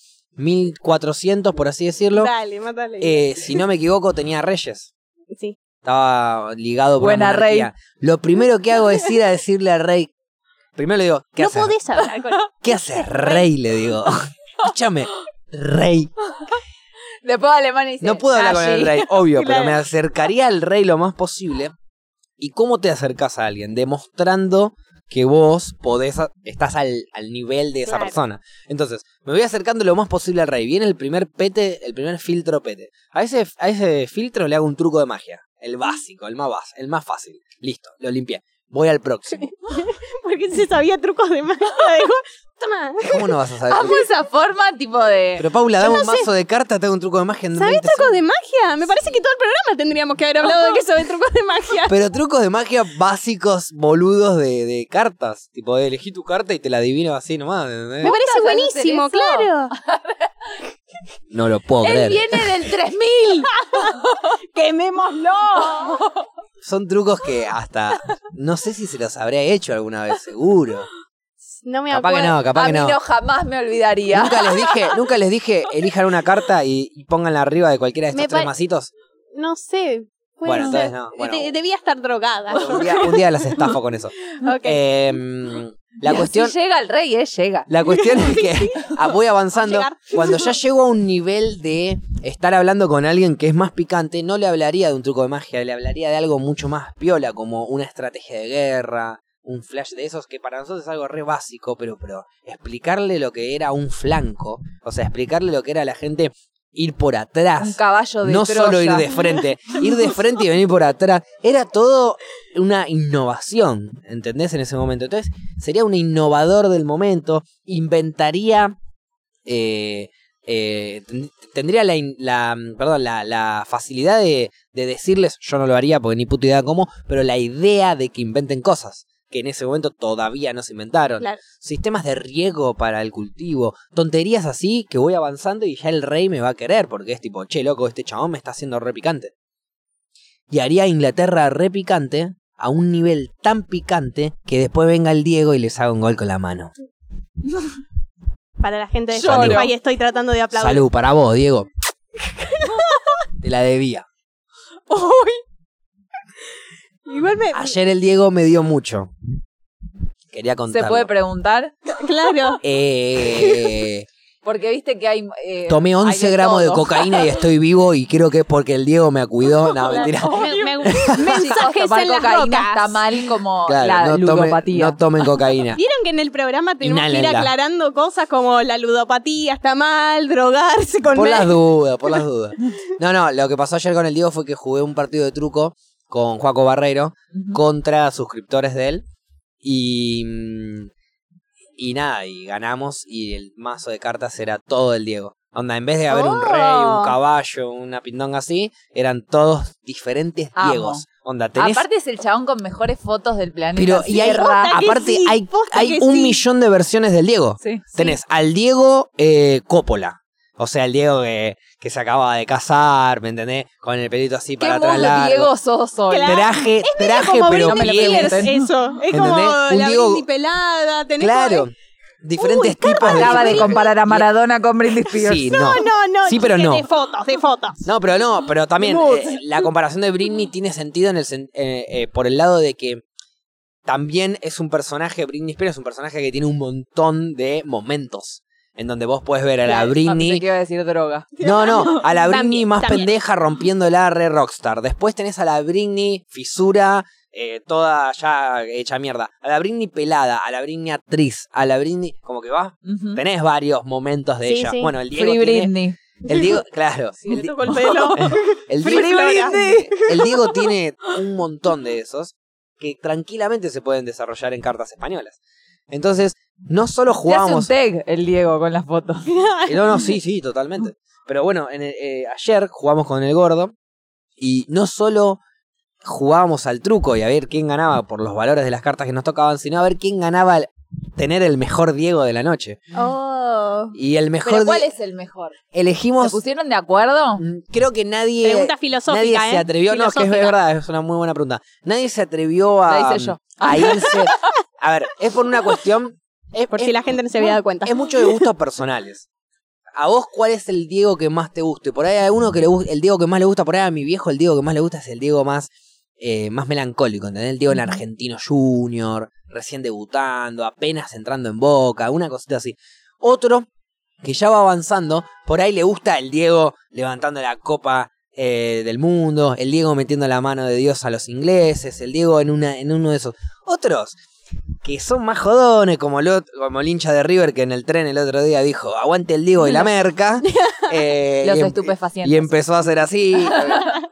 1400, por así decirlo.
Dale, mátale.
Eh, si no me equivoco, tenía reyes.
Sí.
Estaba ligado por
Buena,
una monarquía. Lo primero que hago es ir a decirle al rey. Primero le digo, ¿qué
no
haces?
podés hablar con
¿Qué haces, rey? Le digo. Escúchame, rey.
Después Alemania dice,
No puedo hablar con el
"Nashi".
rey, obvio, pero
Ah, Claro.
me acercaría al rey lo más posible. ¿Y cómo te acercas a alguien? Demostrando que vos podés, a- estás al, al nivel de esa
Claro.
persona. Entonces, me voy acercando lo más posible al rey. Viene el primer pete, el primer filtro pete. A ese, a ese filtro le hago un truco de magia. El básico, el más, bas- el más fácil. Listo, lo limpié. Voy al próximo.
Porque se sabía trucos de magia. Digo, Toma.
¿Cómo no vas a saber?
Ah,
Amo esa forma tipo de...
Pero Paula, dame un mazo de cartas, te hago un truco de magia. en
¿Sabés
20
trucos de magia? Me parece que todo el programa tendríamos que haber hablado de que sobre trucos de magia.
Pero trucos de magia básicos, boludos de, de cartas. Tipo, de elegí tu carta y te la adivino así nomás. ¿entendés?
Me parece
¿Vos sabés
buenísimo,
hacer eso?
claro.
No lo puedo
Él
creer.
viene del 3000. ¡Quemémoslo!
Son trucos que hasta. No sé si se los habré hecho alguna vez, seguro.
No me
Capaz
acuerdo. Ah,
que no, capaz
A
que
mí
no.
no jamás me olvidaría.
Nunca les dije, nunca les dije, elijan una carta y, y pónganla arriba de cualquiera de estos
Me
tres
pare-
macitos.
No sé. puede
Bueno,
ser.
entonces no. Bueno,
De- debía estar drogada.
un, día, un día las estafo con eso.
Ok.
Em, la
Y así
cuestión.
llega el rey, eh, llega.
La cuestión es que ah, voy avanzando.
Llegar.
Cuando ya llego a un nivel de estar hablando con alguien que es más picante, no le hablaría de un truco de magia, le hablaría de algo mucho más piola, como una estrategia de guerra, un flash de esos, que para nosotros es algo re básico, pero, pero explicarle lo que era un flanco, o sea, explicarle lo que era a la gente ir por
Un
atrás.
caballo de
No
Troya.
solo ir de frente, ir de frente y venir por atrás. Era todo una innovación, ¿entendés? En ese momento. Entonces, sería un innovador del momento, inventaría, eh, eh, ten- tendría la, in- la, mm, perdón, la, la facilidad de, de decirles, yo no lo haría porque ni puta idea cómo, pero la idea de que inventen cosas que en ese momento todavía no se inventaron.
Claro.
Sistemas de riego para el cultivo, tonterías así que voy avanzando y ya el rey me va a querer porque es tipo, che, loco, este chabón me está haciendo re picante. Y haría a Inglaterra re picante a un nivel tan picante que después venga el Diego y les haga un gol con la mano.
Para la gente de
Lloro.
Spotify estoy tratando de aplaudir.
Salud para vos, Diego. Te la debía.
Uy. Igual me.
Ayer el Diego me dio mucho. Quería
¿Se
contarlo.
puede preguntar?
Claro.
Eh,
Porque viste que hay. eh,
tomé
hay
11 gramos de
todo.
cocaína y estoy vivo y creo que es porque el Diego me acudió. No, mentira.
Me- me-
Chicos,
mensajes
tomar
en las
cocaína
rocas.
está mal como
Claro,
la
no, tomen,
ludopatía.
no tomen cocaína.
Vieron que en el programa tenemos que ir
Inálenla.
aclarando cosas como la ludopatía está mal, drogarse con
Por
me-
las dudas, por las dudas. No, no, lo que pasó ayer con el Diego fue que jugué un partido de truco con Juaco Barrero
Ujú.
contra suscriptores de él. Y. mm, Y nada, y ganamos. Y el mazo de cartas era todo el Diego. Onda, en vez de haber un rey,
Oh.
un caballo, una pindonga así, eran todos diferentes
Amo.
Diegos. Onda, tenés.
Aparte es el chabón con mejores fotos del planeta.
pero, y hay,
Tierra.
Posta que
aparte,
sí,
hay,
posta
hay
que
un
sí.
millón de versiones del Diego.
Sí.
Tenés al Diego eh, Coppola. O sea, el Diego que, que se acaba de casar, ¿me entendés? Con el pelito así
¿Qué
para
mundo
atrás largo.
Diego sos hoy?
Claro.
Traje,
Es
traje,
como
pero
Britney
pliego.
Spears,
¿entendés?
eso. Es como
¿Entendés? Un
la
Diego-
Britney pelada. Tenés
Claro.
como-
Diferentes tipos de...
Acaba de comparar a Maradona con Britney Spears.
Sí, no.
No, no, no.
Sí, pero
chicas,
no.
De fotos, de fotos.
No, pero no, pero también
Mood.
eh, la comparación de Britney tiene sentido en el sen- eh, eh, por el lado de que también es un personaje, Britney Spears es un personaje que tiene un montón de momentos en donde vos podés ver a la
Claro, Ah,
Britney
pensé que iba a decir droga.
No, no, a la Britney
También,
más
también.
pendeja rompiendo la re rockstar. Después tenés a la Britney fisura, eh, toda ya hecha mierda. A la Britney pelada, a la Britney actriz, a la Britney... Como que va,
Ujú.
tenés varios momentos de
Sí,
ella.
sí.
Bueno, el Diego
Free
tiene-
Britney.
El Diego, claro. el, Di-
el pelo.
el
Free
Diego,
Flora.
el Diego tiene un montón de esos que tranquilamente se pueden desarrollar en cartas españolas. Entonces, no solo
Se hace un
jugamos...
tag el Diego con las fotos.
Eh, No, no, sí, sí, totalmente. Pero bueno, en el- eh, ayer jugamos con el gordo y no solo jugábamos al truco y a ver quién ganaba por los valores de las cartas que nos tocaban, sino a ver quién ganaba al tener el mejor Diego de la noche.
Oh.
Y el mejor
Pero ¿cuál
Di-
es el mejor? ¿Se
elegimos
pusieron de acuerdo?
Mm, creo que nadie
Pregunta filosófica.
nadie
¿eh?
se atrevió, no, es que es
Filosófica.
verdad, es una muy buena pregunta. Nadie se atrevió
La
a
hice yo.
a irse A ver, es por una cuestión es,
Por
es-
si la gente no se había dado cuenta.
es mucho de gustos personales. A vos, ¿cuál es el Diego que más te guste? Por ahí hay uno que le gusta, el Diego que más le gusta, por ahí a mi viejo el Diego que más le gusta es el Diego más, eh, más melancólico, ¿entendés? El Diego el argentino junior, recién debutando, apenas entrando en boca, una cosita así. Otro que ya va avanzando, por ahí le gusta el Diego levantando la copa eh, del mundo, el Diego metiendo la mano de Dios a los ingleses, el Diego en, una, en uno de esos. Otros que son más jodones, como el, ot- como el hincha de River que en el tren el otro día dijo, aguante el Diego y la merca. eh,
Los
y em-
estupefacientes.
Y empezó a hacer así. eh,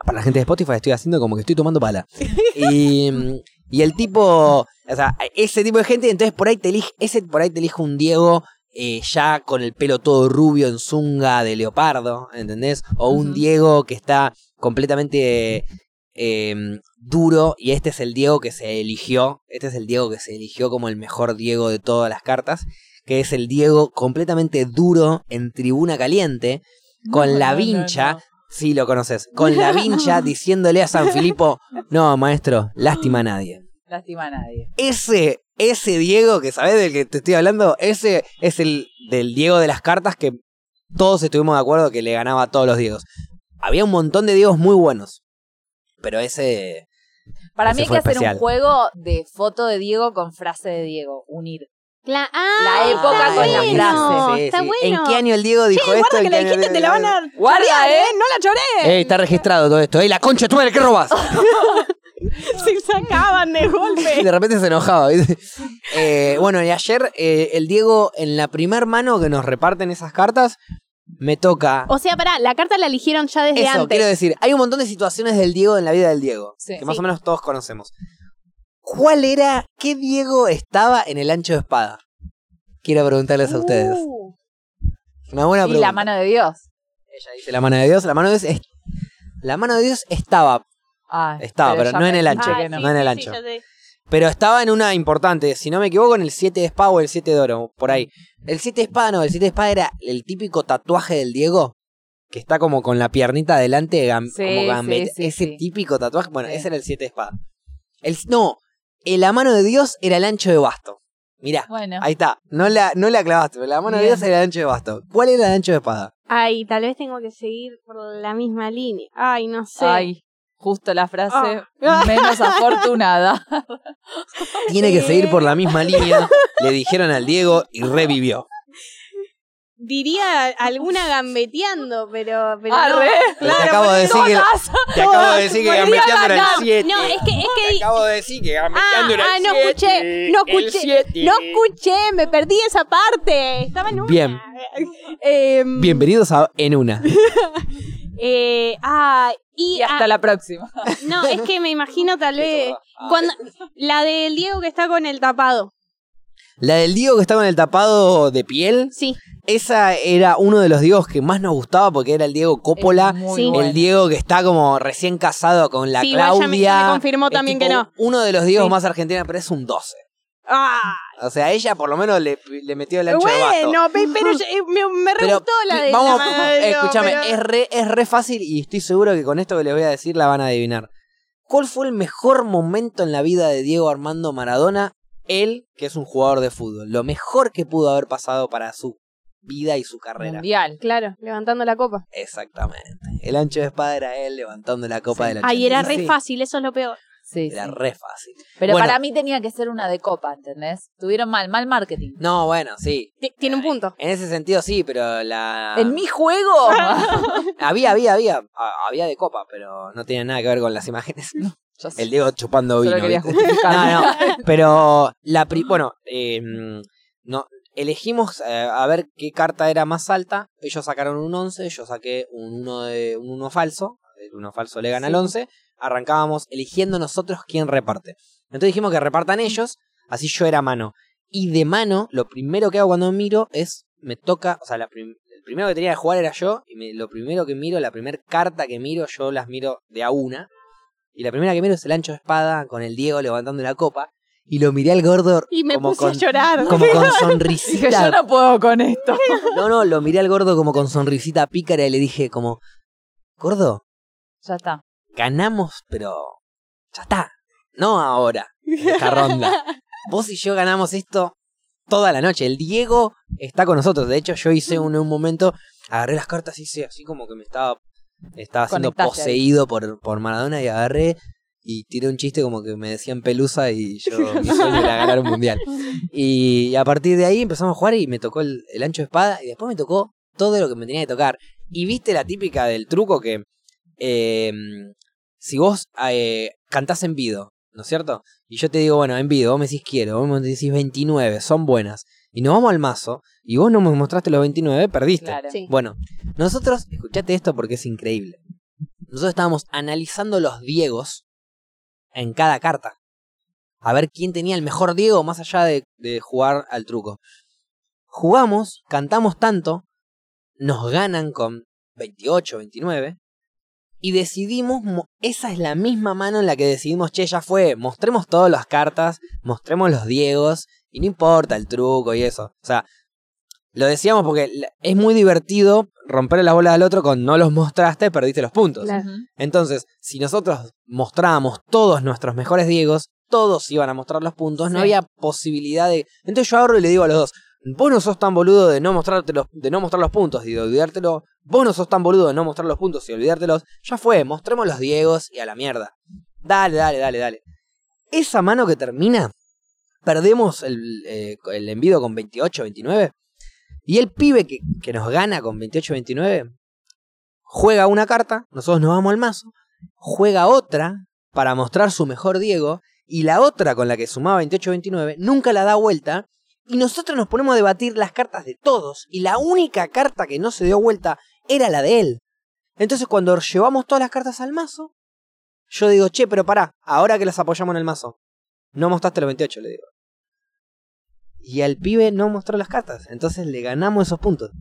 Para la gente de Spotify estoy haciendo como que estoy tomando pala. Y, mm, y el tipo, o sea, ese tipo de gente, entonces por ahí te elige, ese por ahí te elijo un Diego eh, ya con el pelo todo rubio en zunga de leopardo, ¿entendés? O un
Ujú.
Diego que está completamente eh, duro y este es el Diego que se eligió, este es el Diego que se eligió como el mejor Diego de todas las cartas, que es el Diego completamente duro en tribuna caliente, con la vincha, si lo conoces, con la vincha diciéndole a San Filipo, no maestro, lástima a nadie.
Lástima a nadie.
Ese, ese Diego que sabes del que te estoy hablando, ese es el del Diego de las cartas que todos estuvimos de acuerdo que le ganaba a todos los Diegos. Había un montón de Diegos muy buenos. Pero ese
Para
Ese
mí hay
fue
que hacer
especial.
un juego de foto de Diego con frase de Diego. Unir.
La, ah,
La época
está
con la
bueno,
frase.
Está bueno.
¿En qué año el Diego dijo
Che,
esto?
guarda
¿En qué
que la
año
dijiste,
el-
te la van a...
Guarda,
chorear,
eh.
¡No la choré!
Ey, está registrado todo esto. ¡Ey, la concha tú eres que robas!
Se sacaban de
Y
golpe.
de repente se enojaba. ¿viste? Eh, bueno, y ayer eh, el Diego, en la primer mano que nos reparten esas cartas, me toca.
O sea, pará, la carta la eligieron ya desde
Eso, quiero
antes.
decir, hay un montón de situaciones del Diego en la vida del Diego,
Sí.
que más
Sí.
o menos todos conocemos. ¿Cuál era, qué Diego estaba en el ancho de espada? Quiero preguntarles a ustedes.
Uh,
Una buena
Y
pregunta.
la mano de Dios.
Ella dice la mano de Dios, la mano de Dios es- La mano de Dios estaba,
Ah,
Estaba, pero
ya
no
me
en el
dijiste
ancho.
que
ah,
no.
No en el
sí,
ancho.
ya sé.
pero estaba en una importante, si no me equivoco, en el 7 de espada o el 7 de oro, por ahí. El 7 de espada, no, el 7 de espada era el típico tatuaje del Diego, que está como con la piernita adelante, gam-
Sí,
como gambete.
sí, sí,
Ese
sí.
típico tatuaje, bueno,
Sí.
ese era el 7 de espada. El, no, el- la mano de Dios era el ancho de basto. Mirá,
Ah, Bueno,
ahí está, no la, no la clavaste, pero la mano de
Bien.
Dios era el ancho de basto. ¿Cuál era el ancho de espada?
Ay, tal vez tengo que seguir por la misma línea. Ay, no sé.
ay, Justo la frase menos afortunada.
Tiene que seguir por la misma línea. Le dijeron al Diego y revivió.
Diría alguna gambeteando, pero, pero no.
Arre.
Pero te acabo de decir que,
Todas.
te acabo de decir que
Volví a
gambeteando era
ganar.
el 7.
No, es que, es que
Te acabo de decir que gambeteando era
ah,
el
no
7.
escuché, no escuché, No escuché, me perdí esa parte. Estaba en una.
Bien.
Em,
Bienvenidos a En Una.
eh, ah, y,
Y hasta
ah,
la próxima.
no, es que me imagino tal vez
Ah,
cuando la del Diego que está con el tapado.
La del Diego que estaba en el tapado de piel,
Sí,
esa era uno de los Diegos que más nos gustaba porque era el Diego Coppola.
muy
Sí.
bueno.
El Diego que está como recién casado con la
sí, igual ya me,
Claudia.
ya me confirmó
Es
también que
tipo
no.
Uno de los Diegos
Sí.
más argentinos, pero es un 12.
Ah,
O sea, ella por lo menos le, le metió el ancho de basto.
bueno, pe- pero yo- eh, me, me re
Pero,
gustó la de
vamos,
la mano,
escúchame,
pero-
es, re, es re fácil y estoy seguro que con esto que les voy a decir la van a adivinar. ¿Cuál fue el mejor momento en la vida de Diego Armando Maradona? Él, que es un jugador de fútbol, lo mejor que pudo haber pasado para su vida y su carrera.
Mundial.
Claro, levantando la copa.
Exactamente. El ancho de espada era él levantando la copa
Sí.
de la
Ay, era re
Sí.
fácil, eso es lo peor.
Sí,
Era
sí.
re fácil.
Pero
Bueno.
para mí tenía que ser una de copa, ¿entendés? Tuvieron mal, mal marketing.
No, bueno, sí.
Ti- Tiene un punto.
En ese sentido sí, pero la...
En mi juego.
Había, había, había. Ah, Había de copa, pero no tenía nada que ver con las imágenes.
Yo sé.
El Diego chupando
Solo
vino.
quería
¿viste?
justificarme.
No, no. Pero la pri- bueno, eh, no, elegimos eh, a ver qué carta era más alta. Ellos sacaron un 11, yo saqué un 1 de un uno falso. El 1 falso le gana al
Sí.
11. Arrancábamos eligiendo nosotros quién reparte. Entonces dijimos que repartan ellos, así yo era mano. Y de mano, lo primero que hago cuando miro es, me toca, o sea, la prim- el primero que tenía que jugar era yo, y me- lo primero que miro, la primera carta que miro, yo las miro de a una. Y la primera que miro es el ancho de espada con el Diego levantando la copa. Y lo miré al gordo
Y me
como
puse a
con,
llorar.
como con
Dije, yo
sonrisita.
no puedo con esto.
No, no, lo miré al gordo como con sonrisita pícara y le dije como, gordo,
Ya está.
ganamos, pero ya está. No ahora, en esta ronda. Vos y yo ganamos esto toda la noche. El Diego está con nosotros. De hecho, yo hice un, un momento, agarré las cartas y hice así como que me estaba, estaba siendo
Conectaste ahí.
poseído por, por Maradona y agarré y tiré un chiste como que me decían pelusa y yo mi sueño era ganar un mundial. Y a partir de ahí empezamos a jugar y me tocó el, el ancho de espada y después me tocó todo lo que me tenía que tocar. Y viste la típica del truco que eh, si vos eh, cantás en vido, ¿no es cierto? Y yo te digo, bueno, en vido, vos me decís quiero, vos me decís 29, son buenas. Y nos vamos al mazo y vos no me mostraste los 29, perdiste.
Claro.
Sí.
Bueno, nosotros, escuchate esto porque es increíble. Nosotros estábamos analizando los Diegos en cada carta. A ver quién tenía el mejor Diego más allá de, de jugar al truco. Jugamos, cantamos tanto, nos ganan con 28, 29. Y decidimos, mo- esa es la misma mano en la que decidimos, che, ya fue, mostremos todas las cartas, mostremos los Diegos, y no importa el truco y eso. O sea, lo decíamos porque la- es muy divertido romper las bolas al otro con no los mostraste, perdiste los puntos.
Claro.
Ujú.
Entonces, si nosotros mostrábamos todos nuestros mejores Diegos, todos iban a mostrar los puntos, no
Sí.
había posibilidad de. Entonces yo abro y le digo a los dos: Vos no sos tan boludo de no mostrarte los, de no mostrar los puntos y de olvidártelo. Vos no sos tan boludo de no mostrar los puntos y olvidártelos. Ya fue, mostremos los Diegos y a la mierda. Dale, dale, dale, dale. Esa mano que termina, perdemos el, eh, el envido con 28, 29. Y el pibe que, que nos gana con 28-29 juega una carta, nosotros nos vamos al mazo, juega otra para mostrar su mejor Diego, y la otra con la que sumaba 28-29 nunca la da vuelta, y nosotros nos ponemos a debatir las cartas de todos, y la única carta que no se dio vuelta era la de él. Entonces cuando llevamos todas las cartas al mazo, yo digo, che, pero pará, ahora que las apoyamos en el mazo, no mostraste los 28, le digo. Y al pibe no mostró las cartas, entonces le ganamos esos puntos.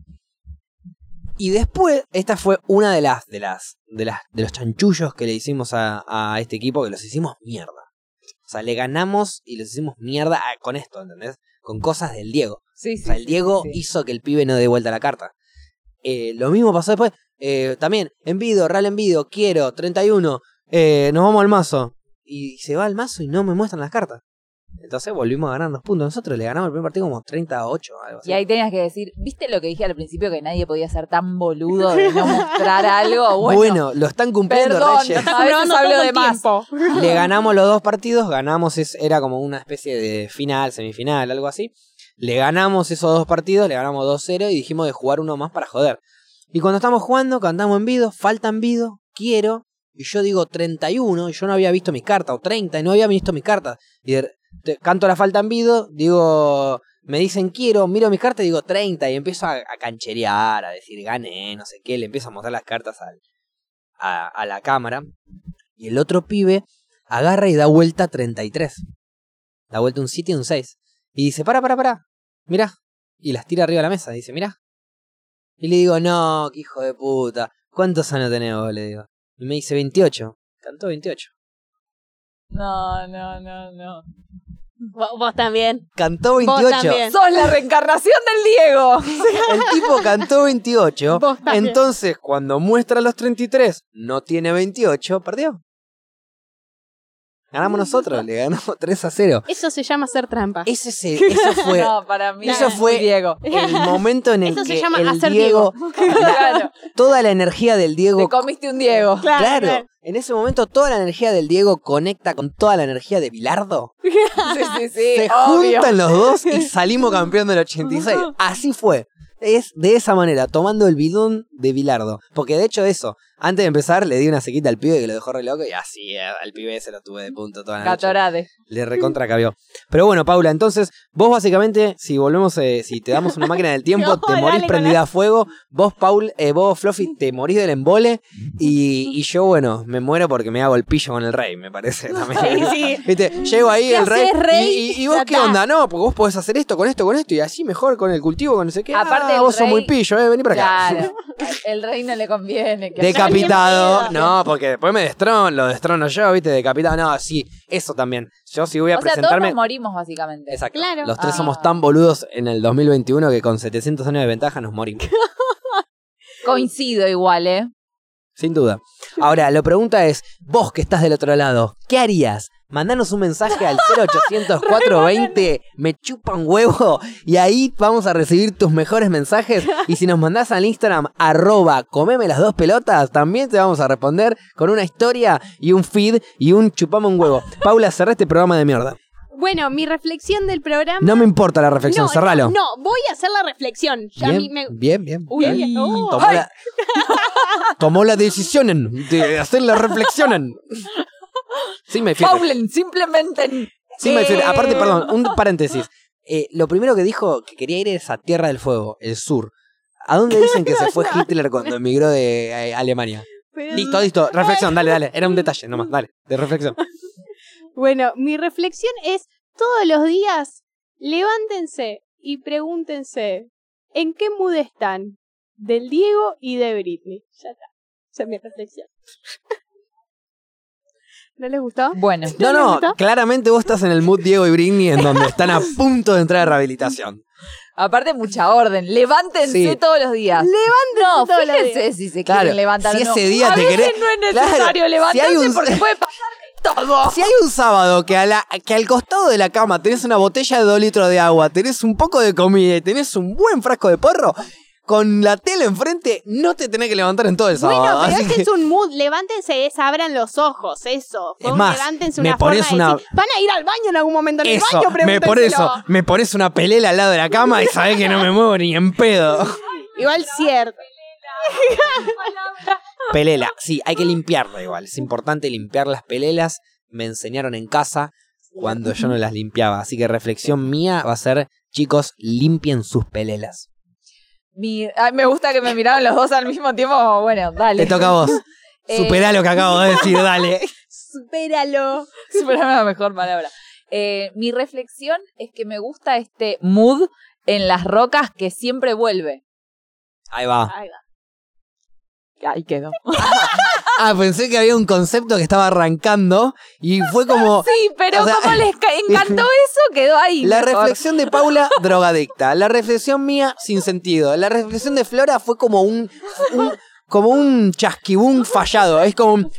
Y después, esta fue una de las, de las, de las, de los chanchullos que le hicimos a, a este equipo, que los hicimos mierda. O sea, le ganamos y los hicimos mierda a- con esto, ¿entendés? Con cosas del Diego.
Sí, sí.
O sea, el Diego
sí, sí.
hizo que el pibe no dé vuelta la carta. Eh, lo mismo pasó después. Eh, también, envido, real envido, quiero, 31, eh, nos vamos al mazo. Y se va al mazo y no me muestran las cartas. Entonces volvimos a ganar dos puntos. Nosotros le ganamos el primer partido como 38 o algo así.
Y ahí tenías que decir, ¿viste lo que dije al principio que nadie podía ser tan boludo de no mostrar algo?
bueno,
Bueno,
lo están cumpliendo,
perdón,
Reyes.
a veces
Comprobando
hablo
todo
de
el
más.
tiempo.
Le ganamos los dos partidos, ganamos, es, era como una especie de final, semifinal, algo así. Le ganamos esos dos partidos, le ganamos 2-0 y dijimos de jugar uno más para joder. Y cuando estamos jugando, cantamos en Vido, faltan Vido, quiero, y yo digo 31, y yo no había visto mis cartas, o 30, y no había visto mis cartas. Y de- te- canto la falta en Vido, digo, me dicen quiero, miro mis cartas y digo 30, y empiezo a, a cancherear, a decir gané, no sé qué, le empiezo a mostrar las cartas al- a- a la cámara. Y el otro pibe agarra y da vuelta 33. Da vuelta un 7 y un 6. Y dice, para, para, para. Mirá. Y las tira arriba de la mesa. Dice, mirá. Y le digo, no, qué hijo de puta. ¿Cuántos años tenés vos? Le digo. Y me dice, 28. Cantó 28.
No, no, no, no.
Vos, vos también.
Cantó
Vos
28.
también.
Sos la reencarnación del Diego.
El tipo cantó 28.
Vos también.
Entonces, cuando muestra los 33, no tiene 28, perdió. Ganamos nosotros, le ganamos 3 a 0.
Eso se llama hacer trampa.
Ese, se, ese fue
no, para mí.
eso fue-
Diego.
el momento en el
Eso
que
se llama
el
hacer
Diego,
Claro,
toda la energía del
te
Diego,
comiste un Diego.
claro, en ese momento toda la energía del Diego conecta con toda la energía de Bilardo,
Sí, sí, sí.
se
obvio.
juntan los dos y salimos campeón del 86. Así fue. Es de esa manera, tomando el bidón de Bilardo. Porque de hecho eso, antes de empezar le di una sequita al pibe que lo dejó re loco y así eh, al pibe se lo tuve de punto toda la noche.
Catorade.
Mm.
Le recontra cabió. Pero bueno, Paula, entonces, vos básicamente, si volvemos, eh, si te damos una máquina del tiempo,
No,
te
dale,
morís
Nicolás.
prendida a fuego. Vos, Paul, eh, vos, Fluffy, te morís del embole. Y, y yo, bueno, me muero porque me hago el pillo con el rey, me parece también.
Sí, sí.
Viste, llego ahí
¿Qué
el rey.
haces, rey?
Y, y- y vos
Ya
qué
está.
onda, no, porque vos podés hacer esto con esto, con esto, y así mejor con el cultivo, con no sé qué.
Aparte
Ah,
el
vos sos
rey-
muy pillo, eh, vení para acá.
Claro. El rey no le conviene. que-
Decapitado.
Bien pedo.
No, porque después me destrono, lo destrono yo, viste, decapitado. No, sí, eso también. Yo si voy a
O sea, todos
presentarme.
nos morimos, básicamente.
Exacto.
Claro.
Los tres
Ah.
somos tan boludos en el 2021 que con 700 años de ventaja nos morimos.
Coincido igual, ¿eh?
Sin duda. Ahora, la pregunta es, vos que estás del otro lado, ¿qué harías? Mandanos un mensaje al 0800 420 me chupa un huevo y ahí vamos a recibir tus mejores mensajes y si nos mandás al Instagram arroba comeme las dos pelotas también te vamos a responder con una historia y un feed y un chupame un huevo. Paula, cerrá este programa de mierda.
Bueno, mi reflexión del programa.
No me importa la reflexión,
No,
cerralo.
No, no, voy a hacer la reflexión. Ya a mí
Bien,
me-
bien, bien.
Uy,
Bien.
bien. Oh.
tomó, la, tomó la decisión en- de hacer la reflexión. en- Sí, me fijé.
Paulen, simplemente.
Sí, me fijé.
Eh.
Aparte, perdón, un paréntesis. Eh, lo primero que dijo que quería ir es a Tierra del Fuego, el sur. ¿A dónde dicen que se fue Hitler cuando emigró de eh, Alemania?
pero-
Listo, listo. Reflexión, dale, dale. Era un detalle nomás, dale. De reflexión.
Bueno, mi reflexión es todos los días levántense y pregúntense en qué mood están del Diego y de Britney. Ya está. Esa es mi reflexión. ¿No les gustó?
Bueno.
No,
¿No le
no,
gustó?
claramente vos estás en el mood Diego y Britney en donde están a punto de entrar a rehabilitación.
Aparte, mucha orden. Levántense
Sí.
todos los días. no,
todos los
fíjense si se
Claro,
quieren levantar
si
o no.
ese día
a
te
veces
querés-
no es
Claro,
necesario
si
levantarse
hay un-
porque puede pasar de todo.
Si hay un sábado que, a la- que al costado de la cama tenés una botella de 2 litros de agua, tenés un poco de comida y tenés un buen frasco de porro, con la tele enfrente no te tenés que levantar en todo el sábado.
Bueno, pero
así
este
que-
es un mood. Levántense, es, abran los ojos, eso. Fue
Es
un
más,
levántense
me
una
pones
forma de
una-
decir, Van a ir al baño en algún momento en el
eso,
baño,
me por eso,
pregúntenselo.
me pones una pelela al lado de la cama y sabés que no me muevo ni en pedo.
Igual cierto.
Pelela, sí, hay que limpiarla igual. Es importante limpiar las pelelas. Me enseñaron en casa cuando yo no las limpiaba. Así que reflexión mía va a ser, chicos, limpien sus pelelas.
Mi- ay, me gusta que me miraron los dos al mismo tiempo. como, Bueno, dale.
Te toca a vos.
Eh,
Superá lo que acabo de decir, dale.
Supéralo.
Superame la mejor palabra. Eh, mi reflexión es que me gusta este mood en las rocas que siempre vuelve.
Ahí va.
Ahí va.
Ahí quedó.
Ah, pensé que había un concepto que estaba arrancando y fue como
Sí, pero
O sea-
como les ca- encantó eso, quedó ahí.
la
mejor.
reflexión de Paula drogadicta, la reflexión mía sin sentido, la reflexión de Flora fue como un, un- como un chasquibún fallado, es como un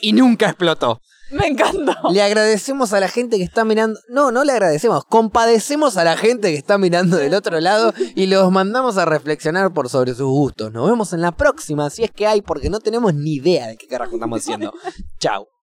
y nunca explotó.
Me encantó.
Le agradecemos a la gente que está mirando. No, no le agradecemos. Compadecemos a la gente que está mirando del otro lado y los mandamos a reflexionar por sobre sus gustos. Nos vemos en la próxima, si es que hay, porque no tenemos ni idea de qué carajo estamos haciendo. Chau.